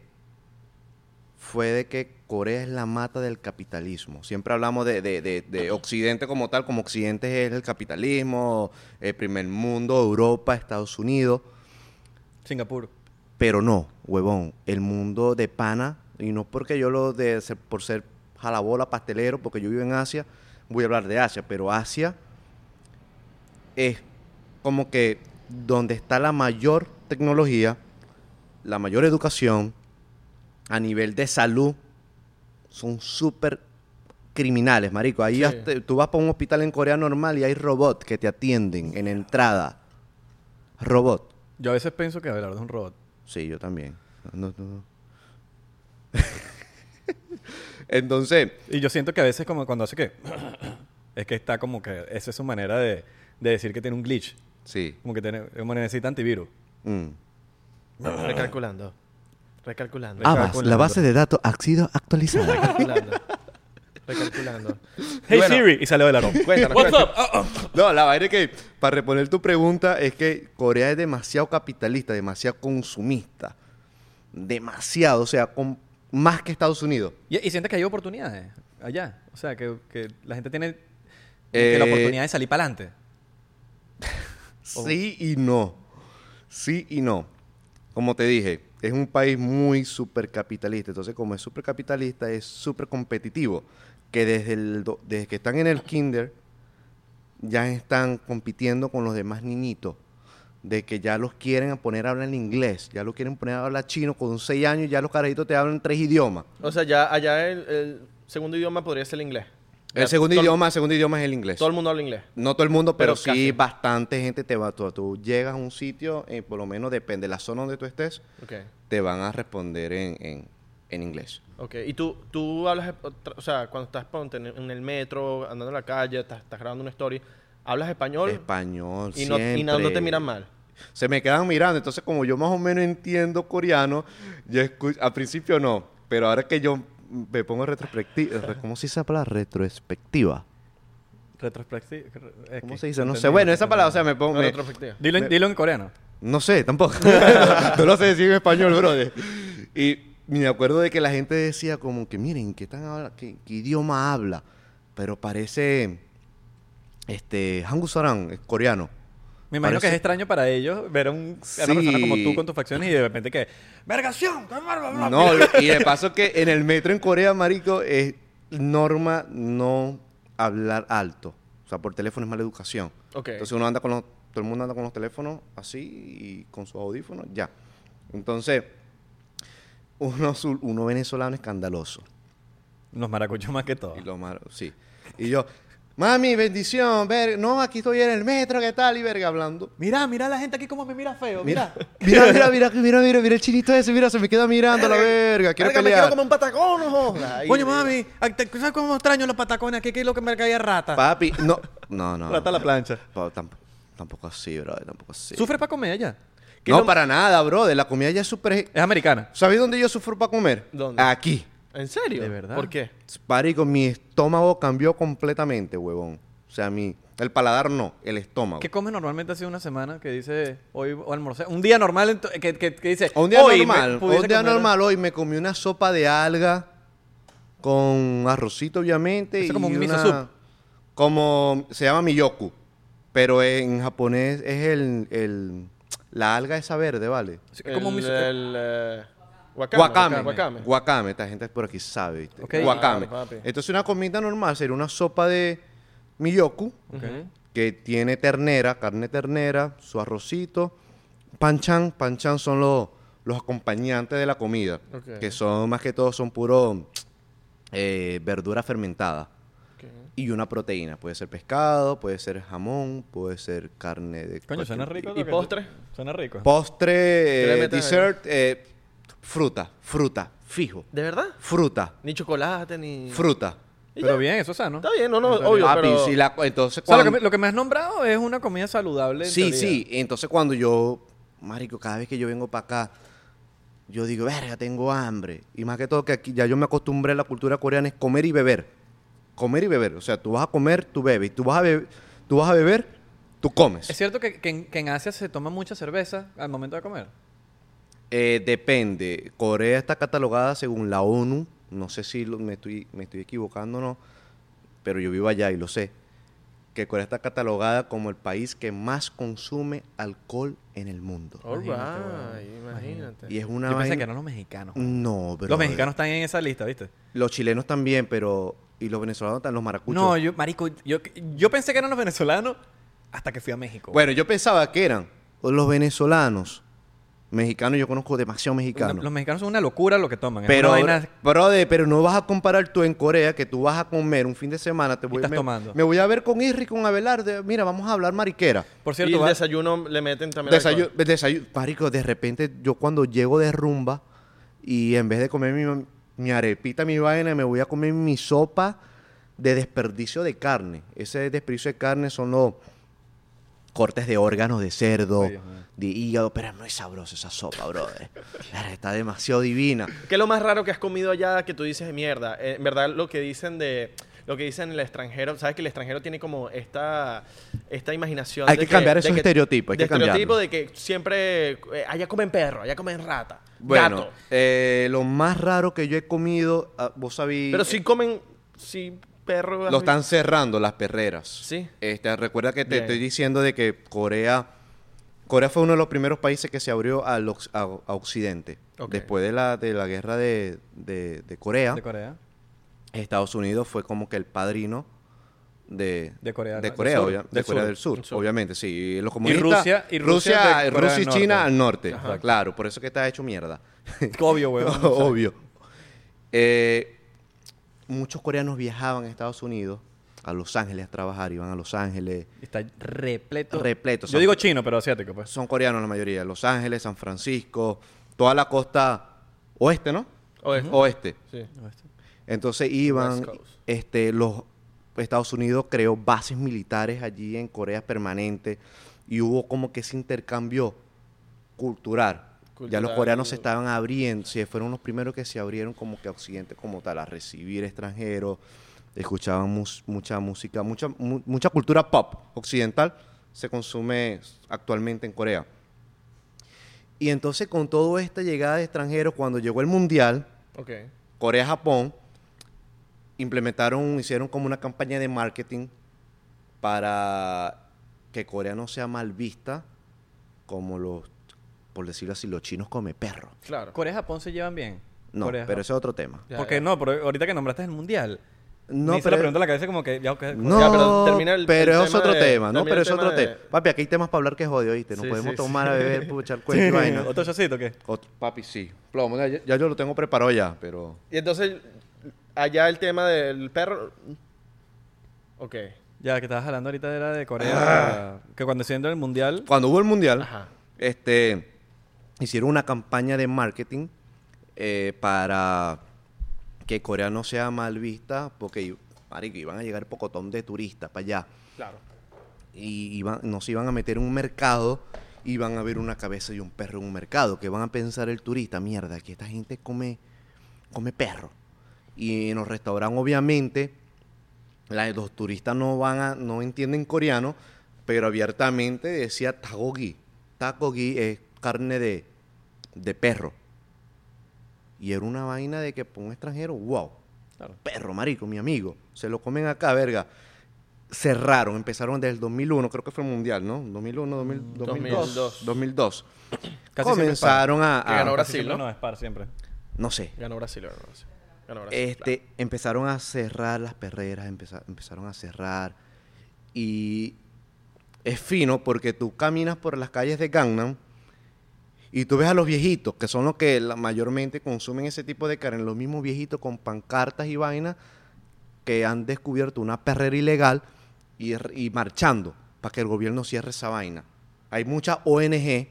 Speaker 2: fue de que Corea es la mata del capitalismo. Siempre hablamos de, de- de- de Occidente como tal, como Occidente es el capitalismo, el primer mundo, Europa, Estados Unidos,
Speaker 3: Singapur.
Speaker 2: pero no, huevón, el mundo de pana, y no porque yo lo de ser- por ser jalabola, pastelero, porque yo vivo en Asia, voy a hablar de Asia, pero Asia es como que donde está la mayor tecnología, la mayor educación, a nivel de salud, son súper criminales, marico. Ahí
Speaker 4: Sí.
Speaker 2: hasta- tú vas para un hospital en Corea normal y hay robots que te atienden en entrada. Robot.
Speaker 3: Yo a veces pienso que Abelardo es un robot.
Speaker 2: Sí, yo también. No, no, no. Entonces,
Speaker 3: Y yo siento que a veces como cuando hace que... es que está como que... Esa es su manera de, de decir que tiene un glitch.
Speaker 2: sí.
Speaker 3: Como que tiene, como necesita antivirus.
Speaker 2: mm.
Speaker 4: Recalculando. Recalculando.
Speaker 2: Abas,
Speaker 4: Recalculando.
Speaker 2: Ah, la base de datos ha sido actualizada.
Speaker 4: Recalculando. Recalculando.
Speaker 3: Hey
Speaker 2: Bueno.
Speaker 3: Siri. Y sale de la ropa.
Speaker 2: Cuéntanos,
Speaker 3: What's
Speaker 2: cuéntanos.
Speaker 3: up? Oh, oh.
Speaker 2: No, la vaina es que, para reponer tu pregunta, es que Corea es demasiado capitalista, demasiado consumista. Demasiado, o sea, con, más que Estados Unidos.
Speaker 3: Y, y sientes que hay oportunidades allá. O sea, que, que la gente tiene
Speaker 2: Eh,
Speaker 3: que la oportunidad de salir para adelante.
Speaker 2: Sí y no. Sí y no. Como te dije, es un país muy supercapitalista. Entonces, como es supercapitalista, es súper competitivo. Que desde, el do- desde que están en el kinder, ya están compitiendo con los demás niñitos. De que ya los quieren a poner a hablar en inglés, ya los quieren poner a hablar chino con 6 años, ya los carajitos te hablan tres idiomas.
Speaker 4: O sea, ya allá el, el segundo idioma podría ser el inglés. Ya,
Speaker 2: El segundo
Speaker 4: todo-
Speaker 2: idioma, el segundo idioma es el inglés.
Speaker 4: Todo el mundo habla inglés.
Speaker 2: No todo el mundo, pero,
Speaker 4: Pero
Speaker 2: sí
Speaker 4: casi.
Speaker 2: bastante gente te va. Tú, tú llegas a un sitio, eh, por lo menos depende de la zona donde tú estés,
Speaker 4: Ok.
Speaker 2: te van a responder en, en- en inglés.
Speaker 4: Ok. Y tú, tú hablas, otra- o sea, cuando estás ponte, en en el metro, andando en la calle, estás, estás grabando una story, hablas español
Speaker 2: Español,
Speaker 4: y, no, y no, no te miran mal.
Speaker 2: Se me quedan mirando. Entonces, como yo más o menos entiendo coreano, yo escu- al principio no, pero ahora que yo me pongo retrospectiva, ¿cómo se dice la palabra? Retrospectiva.
Speaker 3: Retrospectiva.
Speaker 2: ¿Cómo se dice? No sé. Bueno, esa palabra, o sea, me pongo...
Speaker 4: No,
Speaker 2: me-
Speaker 4: retrospectiva.
Speaker 3: Dilo, en-
Speaker 2: me-
Speaker 3: dilo en coreano.
Speaker 2: No sé, tampoco. no lo sé decir en español, brother. Y me acuerdo de que la gente decía como que, miren, ¿qué, tan habla- qué, qué idioma habla? Pero parece, este, Hangusaran, es coreano.
Speaker 3: Me imagino que es
Speaker 2: Parece-
Speaker 3: extraño para ellos ver a, un, a
Speaker 2: Sí.
Speaker 3: una persona como tú con tus facciones y de repente que... ¡Vergación! ¡Qué bárbaro!
Speaker 2: No, y de paso que en el metro en Corea, marico, es norma no hablar alto. O sea, por teléfono es mala educación.
Speaker 4: Ok.
Speaker 2: Entonces uno anda con los, todo el mundo anda con los teléfonos así y con sus audífonos, ya. Entonces, uno, sul- uno venezolano escandaloso.
Speaker 3: Los maracuchos más que todo.
Speaker 2: Y lo malo, sí. Y yo, mami, bendición, ver, no, aquí estoy en el metro, ¿qué tal? Y verga, hablando.
Speaker 3: Mira, mira la gente aquí como me mira feo.
Speaker 2: Mira, mira, mira, mira, mira, mira, mira el chinito ese, mira, se me queda mirando la verga, quiere
Speaker 4: Verga, me
Speaker 2: pelear.
Speaker 4: quiero como un patagón, no jodas. Ahí,
Speaker 3: Coño,
Speaker 4: verga.
Speaker 3: mami, ¿te- ¿sabes cómo extraño los patacones? Aquí que es lo que me caía rata.
Speaker 2: Papi, no, no, no.
Speaker 3: Rata la plancha.
Speaker 2: Pa- tamp- tampoco así, bro, tampoco así.
Speaker 3: ¿Sufre para comer allá?
Speaker 2: No, para nada, bro, de la comida ya es súper...
Speaker 3: Es americana.
Speaker 2: ¿Sabes dónde yo sufro para comer?
Speaker 4: ¿Dónde?
Speaker 2: Aquí.
Speaker 4: ¿En serio?
Speaker 3: ¿De verdad?
Speaker 4: ¿Por qué?
Speaker 2: Marico, mi estómago cambió completamente, huevón. O sea, mi... El paladar no, el estómago.
Speaker 3: ¿Qué comes normalmente hace una semana que dice hoy o almorcé? Un día normal en to- que, que- que dice
Speaker 2: O un día
Speaker 3: hoy me
Speaker 2: normal,
Speaker 3: pudiese
Speaker 2: un día
Speaker 3: comer-
Speaker 2: normal hoy me comí una sopa de alga con arrocito obviamente y
Speaker 3: Eso como un miso
Speaker 2: una-
Speaker 3: soup.
Speaker 2: como se llama miyoku, pero en japonés es el, el- la alga esa verde, ¿vale?
Speaker 3: Sí, es como un
Speaker 4: el,
Speaker 3: miso-
Speaker 4: el, eh, wakame.
Speaker 2: Guacame.
Speaker 4: Wakame.
Speaker 2: Guacame. esta gente por aquí sabe. ¿viste?
Speaker 3: Ok. Ah,
Speaker 2: Guacame.
Speaker 4: Claro, papi.
Speaker 2: Entonces una comida normal sería una sopa de miyoku
Speaker 4: Ujú.
Speaker 2: que tiene ternera, carne ternera, su arrocito, panchan, panchan son los, los acompañantes de la comida,
Speaker 4: Ok.
Speaker 2: que son más que todo son puro eh, verdura fermentada
Speaker 4: Ok.
Speaker 2: y una proteína, puede ser pescado, puede ser jamón, puede ser carne de
Speaker 3: Coño,
Speaker 2: cualquier
Speaker 3: suena rico.
Speaker 2: tipo.
Speaker 3: lo
Speaker 4: ¿Y
Speaker 3: que-
Speaker 4: postre?
Speaker 3: Suena rico.
Speaker 4: ¿Qué le
Speaker 2: Postre, eh,
Speaker 4: metes ahí?
Speaker 2: dessert, eh, fruta, fruta, fijo.
Speaker 4: ¿De verdad?
Speaker 2: Fruta,
Speaker 4: Ni chocolate, ni...
Speaker 2: fruta.
Speaker 3: Pero bien, eso es sano.
Speaker 4: Está bien, no, no, obvio,
Speaker 2: Papi,
Speaker 4: pero...
Speaker 2: si la- entonces
Speaker 3: O sea, lo que,
Speaker 2: cuando-
Speaker 3: me, lo que me has nombrado es una comida saludable. en
Speaker 2: Sí,
Speaker 3: teoría.
Speaker 2: sí. Entonces cuando yo, marico, cada vez que yo vengo para acá, yo digo, verga, tengo hambre. Y más que todo que aquí ya yo me acostumbré a la cultura coreana es comer y beber. Comer y beber. O sea, tú vas a comer, tú bebes. Y tú vas a, be- tú vas a beber, tú comes.
Speaker 3: Es cierto que, que en, que en Asia se toma mucha cerveza al momento de comer.
Speaker 2: Eh, depende. Corea está catalogada según la ONU. No sé si lo- me, estoy, me estoy equivocando o no, pero yo vivo allá y lo sé. Que Corea está catalogada como el país que más consume alcohol en el mundo.
Speaker 4: All right,
Speaker 3: Imagínate,
Speaker 4: imagínate.
Speaker 3: weón.
Speaker 2: Y es una
Speaker 3: Oh, Yo pensé
Speaker 2: vaina-
Speaker 3: que eran los mexicanos.
Speaker 2: No, pero.
Speaker 3: los mexicanos están en esa lista, ¿viste?
Speaker 2: Los chilenos también, pero. Y los venezolanos también, los maracuchos.
Speaker 3: No, yo, marico, yo, yo pensé que eran los venezolanos hasta que fui a México.
Speaker 2: Bueno, yo pensaba que eran los venezolanos. Mexicanos, yo conozco demasiado
Speaker 3: Lo-
Speaker 2: mexicanos.
Speaker 3: los mexicanos son una locura lo que toman. es
Speaker 2: pero,
Speaker 3: una vaina-
Speaker 2: brother, pero no vas a comparar tú en Corea que tú vas a comer un fin de semana. Te voy,
Speaker 3: estás
Speaker 2: me,
Speaker 3: tomando?
Speaker 2: me voy a ver con Irri, con Abelarde. Mira, vamos a hablar mariquera.
Speaker 3: por
Speaker 4: y
Speaker 3: cierto,
Speaker 4: el
Speaker 3: va-
Speaker 4: desayuno le meten también
Speaker 2: Desayuno,
Speaker 4: alcohol.
Speaker 2: marico, de repente yo cuando llego de rumba y en vez de comer mi, mi arepita, mi vaina, me voy a comer mi sopa de desperdicio de carne. Ese desperdicio de carne son los cortes de órganos de cerdo,
Speaker 3: Ay, Dios mío.
Speaker 2: de hígado, pero no es sabroso esa sopa, brother. Verga, Está demasiado divina.
Speaker 4: ¿Qué es lo más raro que has comido allá que tú dices mierda? Eh, en verdad, lo que dicen de. Lo que dicen el extranjero, sabes que el extranjero tiene como esta, esta imaginación.
Speaker 2: Hay
Speaker 4: de
Speaker 2: que cambiar esos estereotipos, hay
Speaker 4: de
Speaker 2: que cambiarlos.
Speaker 4: estereotipo de que siempre eh, allá comen perro, allá comen rata,
Speaker 2: Bueno,
Speaker 4: gato.
Speaker 2: eh, lo más raro que yo he comido, ah, vos sabías...
Speaker 4: Pero sí comen, sí perro.
Speaker 2: Lo están cerrando las perreras.
Speaker 4: Sí.
Speaker 2: Este, recuerda que te
Speaker 4: Bien.
Speaker 2: estoy diciendo de que Corea Corea fue uno de los primeros países que se abrió al ox- a, a Occidente.
Speaker 4: Ok.
Speaker 2: Después de la, de la guerra de, de- de Corea,
Speaker 3: de Corea.
Speaker 2: Estados Unidos fue como que el padrino de,
Speaker 3: De Corea,
Speaker 2: de
Speaker 3: ¿no?
Speaker 2: Corea,
Speaker 3: Del
Speaker 2: obvia-
Speaker 3: sur.
Speaker 2: de Corea
Speaker 3: sur.
Speaker 2: del Sur,
Speaker 4: Del sur.
Speaker 2: obviamente, sí. Y los
Speaker 3: Y
Speaker 2: comunistas,
Speaker 3: Rusia, y Rusia de Corea
Speaker 2: Rusia y
Speaker 3: del
Speaker 2: China
Speaker 3: norte.
Speaker 2: al norte.
Speaker 4: Ajá.
Speaker 2: Claro, por eso que está hecho mierda.
Speaker 3: Obvio, weón.
Speaker 2: Obvio. Eh, muchos coreanos viajaban a Estados Unidos, a Los Ángeles a trabajar, iban a Los Ángeles.
Speaker 3: Está repleto.
Speaker 2: Repleto,
Speaker 3: Yo
Speaker 2: son-
Speaker 3: digo chino, pero asiático, pues.
Speaker 2: Son coreanos la mayoría, Los Ángeles, San Francisco, toda la costa oeste, ¿no?
Speaker 4: Oeste. Sí.
Speaker 2: este Entonces iban,
Speaker 4: West Coast.
Speaker 2: este, los Estados Unidos creó bases militares allí en Corea permanente y hubo como que ese intercambio cultural. Ya los
Speaker 4: Cultural.
Speaker 2: coreanos se estaban abriendo, se fueron los primeros que se abrieron como que a Occidente como tal, a recibir extranjeros, escuchaban mus- mucha música, mucha, mu- mucha cultura pop occidental se consume actualmente en Corea. Y entonces con toda esta llegada de extranjeros, cuando llegó el Mundial,
Speaker 4: Ok.
Speaker 2: Corea-Japón implementaron, hicieron como una campaña de marketing para que Corea no sea mal vista como los, por decirlo así, los chinos come perro.
Speaker 4: Claro.
Speaker 3: Corea y Japón se llevan bien.
Speaker 2: No,
Speaker 3: Corea y
Speaker 2: pero
Speaker 3: Japón.
Speaker 2: ese es otro tema.
Speaker 4: Ya,
Speaker 3: Porque
Speaker 4: ya.
Speaker 3: no, pero ahorita que nombraste el mundial.
Speaker 2: No,
Speaker 3: me hizo la
Speaker 2: pero,
Speaker 3: pregunta en la cabeza como que ya ok,
Speaker 2: no,
Speaker 4: Ya, pero termina el-
Speaker 2: pero
Speaker 4: el
Speaker 2: es
Speaker 4: tema
Speaker 2: otro
Speaker 4: de-
Speaker 2: tema, ¿no?
Speaker 4: termina
Speaker 2: Pero
Speaker 4: el
Speaker 2: es otro
Speaker 4: tema de-
Speaker 2: tema. Papi, aquí hay temas para hablar que jode, ¿oíste? No
Speaker 4: Sí,
Speaker 2: podemos
Speaker 4: sí,
Speaker 2: tomar
Speaker 4: sí.
Speaker 2: a beber, puchar cuento y vaina.
Speaker 3: ¿Otro chocito o qué?
Speaker 2: Otro- papi, sí. Plomo, ya, ya yo lo tengo preparado ya, pero...
Speaker 4: Y entonces, allá el tema del perro. Ok.
Speaker 3: Ya, que estabas hablando ahorita era de
Speaker 2: Ah.
Speaker 3: Corea. Que cuando se entra el mundial.
Speaker 2: Cuando hubo el Mundial...
Speaker 4: Ajá.
Speaker 2: este, hicieron una campaña de marketing eh, para que Corea no sea mal vista, porque i- marico, iban a llegar pocotón de turistas para allá
Speaker 4: Claro.
Speaker 2: y iban, nos iban a meter en un mercado y van a ver una cabeza y un perro en un mercado, que van a pensar el turista, mierda, que esta gente come, come perro. Y en los restaurantes, obviamente, la- los turistas no van a, no entienden coreano, pero abiertamente decía tagogi. Tagogi es carne de, de perro. Y era una vaina de que por un extranjero, wow, perro, marico, mi amigo. Se lo comen acá, verga. Cerraron, empezaron desde el 2001, creo que fue el mundial, ¿no? 2001, 2000,
Speaker 1: Mm,
Speaker 2: 2002.
Speaker 1: 2002.
Speaker 2: 2002.
Speaker 3: Casi siempre es para-
Speaker 2: Comenzaron a,
Speaker 1: Que
Speaker 2: a-
Speaker 1: ganó Brasil.
Speaker 3: Casi siempre
Speaker 1: ¿no?
Speaker 3: No, es par siempre.
Speaker 2: No sé.
Speaker 1: Ganó Brasil, ganó Brasil. Ganó Brasil,
Speaker 2: Este, empezaron a cerrar las perreras, empeza- empezaron a cerrar. Y es fino porque tú caminas por las calles de Gangnam y tú ves a los viejitos, que son los que la- mayormente consumen ese tipo de carne, los mismos viejitos con pancartas y vainas que han descubierto una perrera ilegal y, r- y marchando para que el gobierno cierre esa vaina. Hay muchas ONG,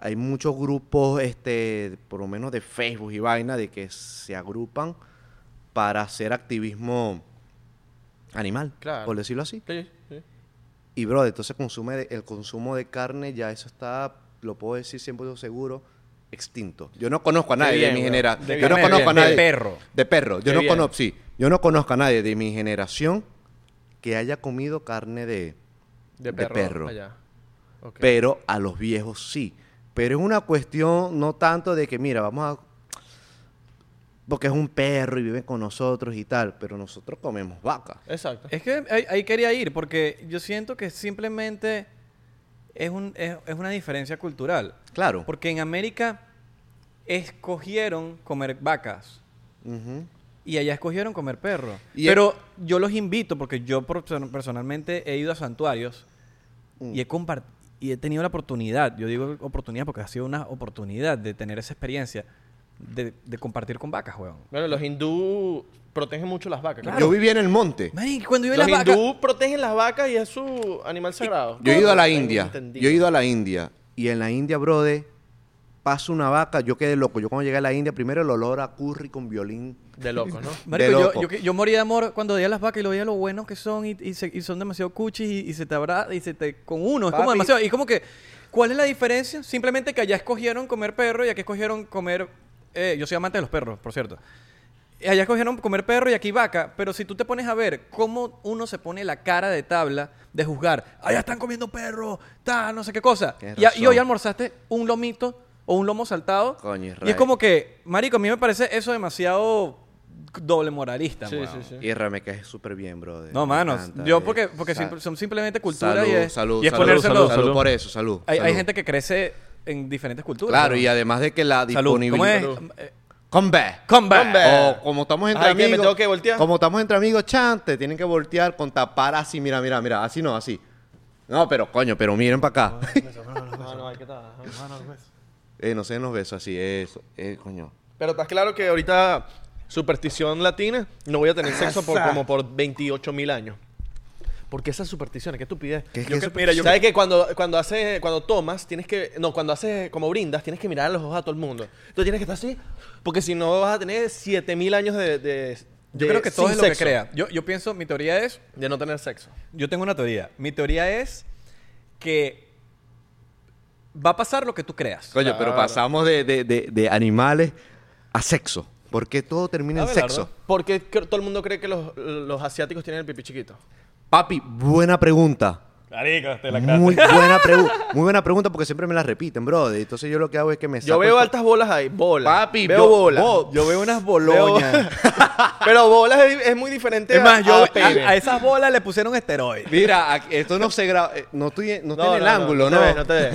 Speaker 2: hay muchos grupos, este, por lo menos de Facebook y vaina, de que se agrupan para hacer activismo animal,
Speaker 1: Claro.
Speaker 2: por decirlo así.
Speaker 1: claro. Sí, sí.
Speaker 2: Y, bro, entonces consume de- el consumo de carne ya eso está, lo puedo decir siempre seguro, extinto. Yo no conozco a
Speaker 1: Qué
Speaker 2: nadie
Speaker 1: bien,
Speaker 2: de mi
Speaker 1: bro.
Speaker 2: generación.
Speaker 1: Qué
Speaker 2: Yo no
Speaker 1: bien,
Speaker 2: conozco a
Speaker 1: bien. De
Speaker 2: nadie.
Speaker 1: perro.
Speaker 2: De perro. Yo
Speaker 1: Qué
Speaker 2: no
Speaker 1: bien.
Speaker 2: conozco, sí. Yo no conozco a nadie de mi generación que haya comido carne de...
Speaker 1: De
Speaker 2: De
Speaker 1: perro.
Speaker 2: perro.
Speaker 1: Allá. Ok.
Speaker 2: Pero a los viejos sí. Pero es una cuestión no tanto de que, mira, vamos a... Porque es un perro y vive con nosotros y tal, pero nosotros comemos vaca.
Speaker 1: Exacto.
Speaker 3: Es que ahí, ahí quería ir, porque yo siento que simplemente es, un, es, es una diferencia cultural.
Speaker 2: Claro.
Speaker 3: Porque en América escogieron comer vacas
Speaker 2: Ujú.
Speaker 3: y allá escogieron comer perros.
Speaker 2: Y
Speaker 3: Pero yo los invito, porque yo por- personalmente he ido a santuarios y he compart- y he tenido la oportunidad, yo digo oportunidad porque ha sido una oportunidad de tener esa experiencia de, de compartir con vacas, weón.
Speaker 1: Bueno, los hindú protegen mucho las vacas.
Speaker 3: Claro.
Speaker 2: Yo vivía en el monte.
Speaker 3: Marico, cuando yo vi
Speaker 1: Los
Speaker 3: las vacas...
Speaker 1: hindú protegen las vacas y es su animal sagrado.
Speaker 2: Yo he ido a la
Speaker 1: Tengo
Speaker 2: India.
Speaker 1: entendido.
Speaker 2: Yo he ido a la India. Y en la India, brother, pasa una vaca. Yo quedé loco. Yo cuando llegué a la India, primero el olor a curry con violín.
Speaker 1: De loco, ¿no?
Speaker 3: Marico,
Speaker 2: De
Speaker 3: yo-
Speaker 2: loco.
Speaker 3: Yo, que- yo morí de amor cuando veía las vacas y lo veía lo buenos que son y, y se- y son demasiado cuchis y, y se te abra y se te con uno. Es como
Speaker 2: Papi.
Speaker 3: demasiado. Y como que, ¿cuál es la diferencia? Simplemente que allá escogieron comer perro y aquí escogieron comer. eh, yo soy amante de los perros, por cierto. Y Allá escogieron comer perro y aquí vaca, pero si tú te pones a ver cómo uno se pone la cara de tabla de juzgar, allá están comiendo perro, tal, no sé qué cosa.
Speaker 2: Tienes
Speaker 3: Y, a- y hoy
Speaker 2: razón.
Speaker 3: almorzaste un lomito o un lomo saltado.
Speaker 2: Coño,
Speaker 3: y es
Speaker 2: Israel.
Speaker 3: como que, marico, a mí me parece eso demasiado doble moralista.
Speaker 1: Sí,
Speaker 3: weón.
Speaker 1: sí, sí.
Speaker 2: Y realmente que es súper bien, brother.
Speaker 3: No,
Speaker 2: Me
Speaker 3: manos.
Speaker 2: encanta,
Speaker 3: Yo
Speaker 2: eh.
Speaker 3: porque, porque
Speaker 2: Sa-
Speaker 3: simple- son simplemente cultura
Speaker 2: salud,
Speaker 3: y es,
Speaker 2: salud,
Speaker 3: y es
Speaker 2: salud,
Speaker 3: ponérselo.
Speaker 2: salud, salud
Speaker 3: Salud.
Speaker 2: por eso, salud.
Speaker 3: Hay, hay
Speaker 2: salud.
Speaker 3: gente que crece en diferentes culturas.
Speaker 2: Claro,
Speaker 3: weón.
Speaker 2: y además de que la
Speaker 3: Salud. ¿Cómo
Speaker 2: disponibilidad.
Speaker 3: es? Eh,
Speaker 2: Combat.
Speaker 3: Combat.
Speaker 2: O como estamos entre
Speaker 1: Ay, que me
Speaker 2: amigos.
Speaker 1: tengo que voltear.
Speaker 2: Como estamos entre amigos, chante. Tienen que voltear con tapar así. Mira, mira, mira. Así no, así. No, pero coño, pero miren para
Speaker 1: Ah.
Speaker 2: acá.
Speaker 1: No, no, hay que estar, ajá.
Speaker 2: eh, no se nos besos así. Eso. Eh, coño.
Speaker 1: Pero estás claro que ahorita superstición latina no voy a tener sexo por, como por 28 mil años. Porque esas supersticiones, qué estupidez.
Speaker 2: ¿Qué-
Speaker 1: Yo que-
Speaker 2: qué superstición?
Speaker 1: mira, yo sabes que cuando cuando haces cuando tomas tienes que no cuando haces como brindas tienes que mirar a los ojos a todo el mundo. Tú tienes que estar así porque si no vas a tener 7 mil años de, de-
Speaker 3: Yo
Speaker 1: de-
Speaker 3: creo que todo
Speaker 1: sin
Speaker 3: es lo que
Speaker 1: sexo,
Speaker 3: crea. Yo, yo pienso, mi teoría es
Speaker 1: de no tener sexo.
Speaker 3: Yo tengo una teoría. Mi teoría es que va a pasar lo que tú creas.
Speaker 2: Coño, pero
Speaker 1: Claro.
Speaker 2: pasamos de, de- de- de animales a sexo. Porque todo termina en
Speaker 3: Abelardo.
Speaker 2: sexo.
Speaker 1: Porque cre- todo el mundo cree que los, los asiáticos tienen el pipí chiquito.
Speaker 2: Papi, buena pregunta.
Speaker 3: Marico, te
Speaker 2: Muy buena, pregu- muy buena pregunta porque siempre me la repiten, bro. Entonces yo lo que hago es que me saco
Speaker 1: Yo veo
Speaker 2: el-
Speaker 1: altas bolas ahí, bolas.
Speaker 2: Papi,
Speaker 1: veo
Speaker 2: yo-
Speaker 1: bolas.
Speaker 2: bo-
Speaker 3: Yo veo unas
Speaker 1: Veo-
Speaker 3: boloñas.
Speaker 1: Pero bolas es, es muy diferente
Speaker 3: es más,
Speaker 1: a-
Speaker 3: yo
Speaker 1: a
Speaker 2: Ah,
Speaker 3: a,
Speaker 1: pene.
Speaker 3: a esas bolas le pusieron esteroides.
Speaker 2: Mira, aquí- esto no se graba. eh, No, estoy en- no está en el ángulo,
Speaker 1: no.
Speaker 2: ¿no?
Speaker 1: te ve, no te ve,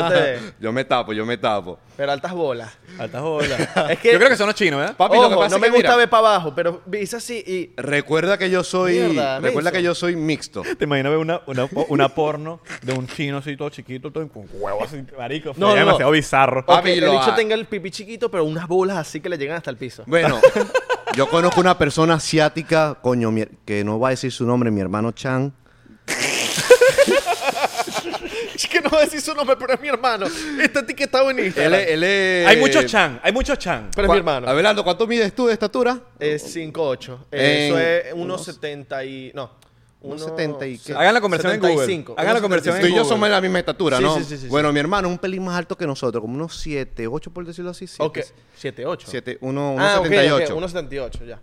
Speaker 1: no te ve.
Speaker 2: yo me tapo, yo me tapo.
Speaker 1: Pero altas bolas.
Speaker 3: A estas bolas.
Speaker 1: Es que-
Speaker 3: Yo creo que son los chinos, ¿verdad?
Speaker 2: Papi, lo
Speaker 1: Ojo,
Speaker 2: que pasa
Speaker 1: no
Speaker 2: es
Speaker 1: me
Speaker 2: que,
Speaker 1: gusta
Speaker 2: mira-
Speaker 1: ver para abajo, pero hice así y...
Speaker 2: Recuerda que yo soy.
Speaker 1: Mierda,
Speaker 2: recuerda
Speaker 1: Mason.
Speaker 2: que yo soy mixto.
Speaker 3: Te imagino ver una, una, po- una porno de un chino así todo chiquito, todo con huevos así, marico.
Speaker 1: No, Ah,
Speaker 3: sería
Speaker 1: no, no.
Speaker 3: demasiado bizarro.
Speaker 2: Papi,
Speaker 1: Ok, el
Speaker 2: lo
Speaker 1: bicho
Speaker 2: ha-
Speaker 1: tenga el pipí chiquito, pero unas bolas así que le llegan hasta el piso.
Speaker 2: Bueno, yo conozco una persona asiática, coño, mi- que no va a decir su nombre, mi hermano Chan.
Speaker 1: Es que no voy a decir su nombre, pero es mi hermano. Este Está etiquetado en
Speaker 2: Él
Speaker 1: Instagram.
Speaker 2: es. él es-
Speaker 3: hay muchos Chan, hay muchos Chan.
Speaker 1: eh, Pero es mi hermano.
Speaker 2: Abelardo, ¿cuánto mides tú de estatura?
Speaker 1: Es 5'8".
Speaker 2: En
Speaker 1: Eso es 1.70 y... No,
Speaker 2: Unos
Speaker 4: Uno-
Speaker 2: 70 y qué.
Speaker 3: Hagan la conversión en Google.
Speaker 1: 75.
Speaker 3: Hagan la
Speaker 1: Unos
Speaker 2: Tú
Speaker 3: conversión en
Speaker 2: y yo
Speaker 3: Google.
Speaker 2: somos de la misma estatura,
Speaker 1: Sí,
Speaker 2: ¿no?
Speaker 1: sí, sí, sí, sí.
Speaker 2: bueno, mi hermano es un pelín más alto que nosotros, como unos 7, 8 por decirlo así. 7,
Speaker 1: Ok. 7, 8.
Speaker 2: 7 1,
Speaker 1: Ah, ok, ok,
Speaker 2: 78.
Speaker 1: 1.78, ya.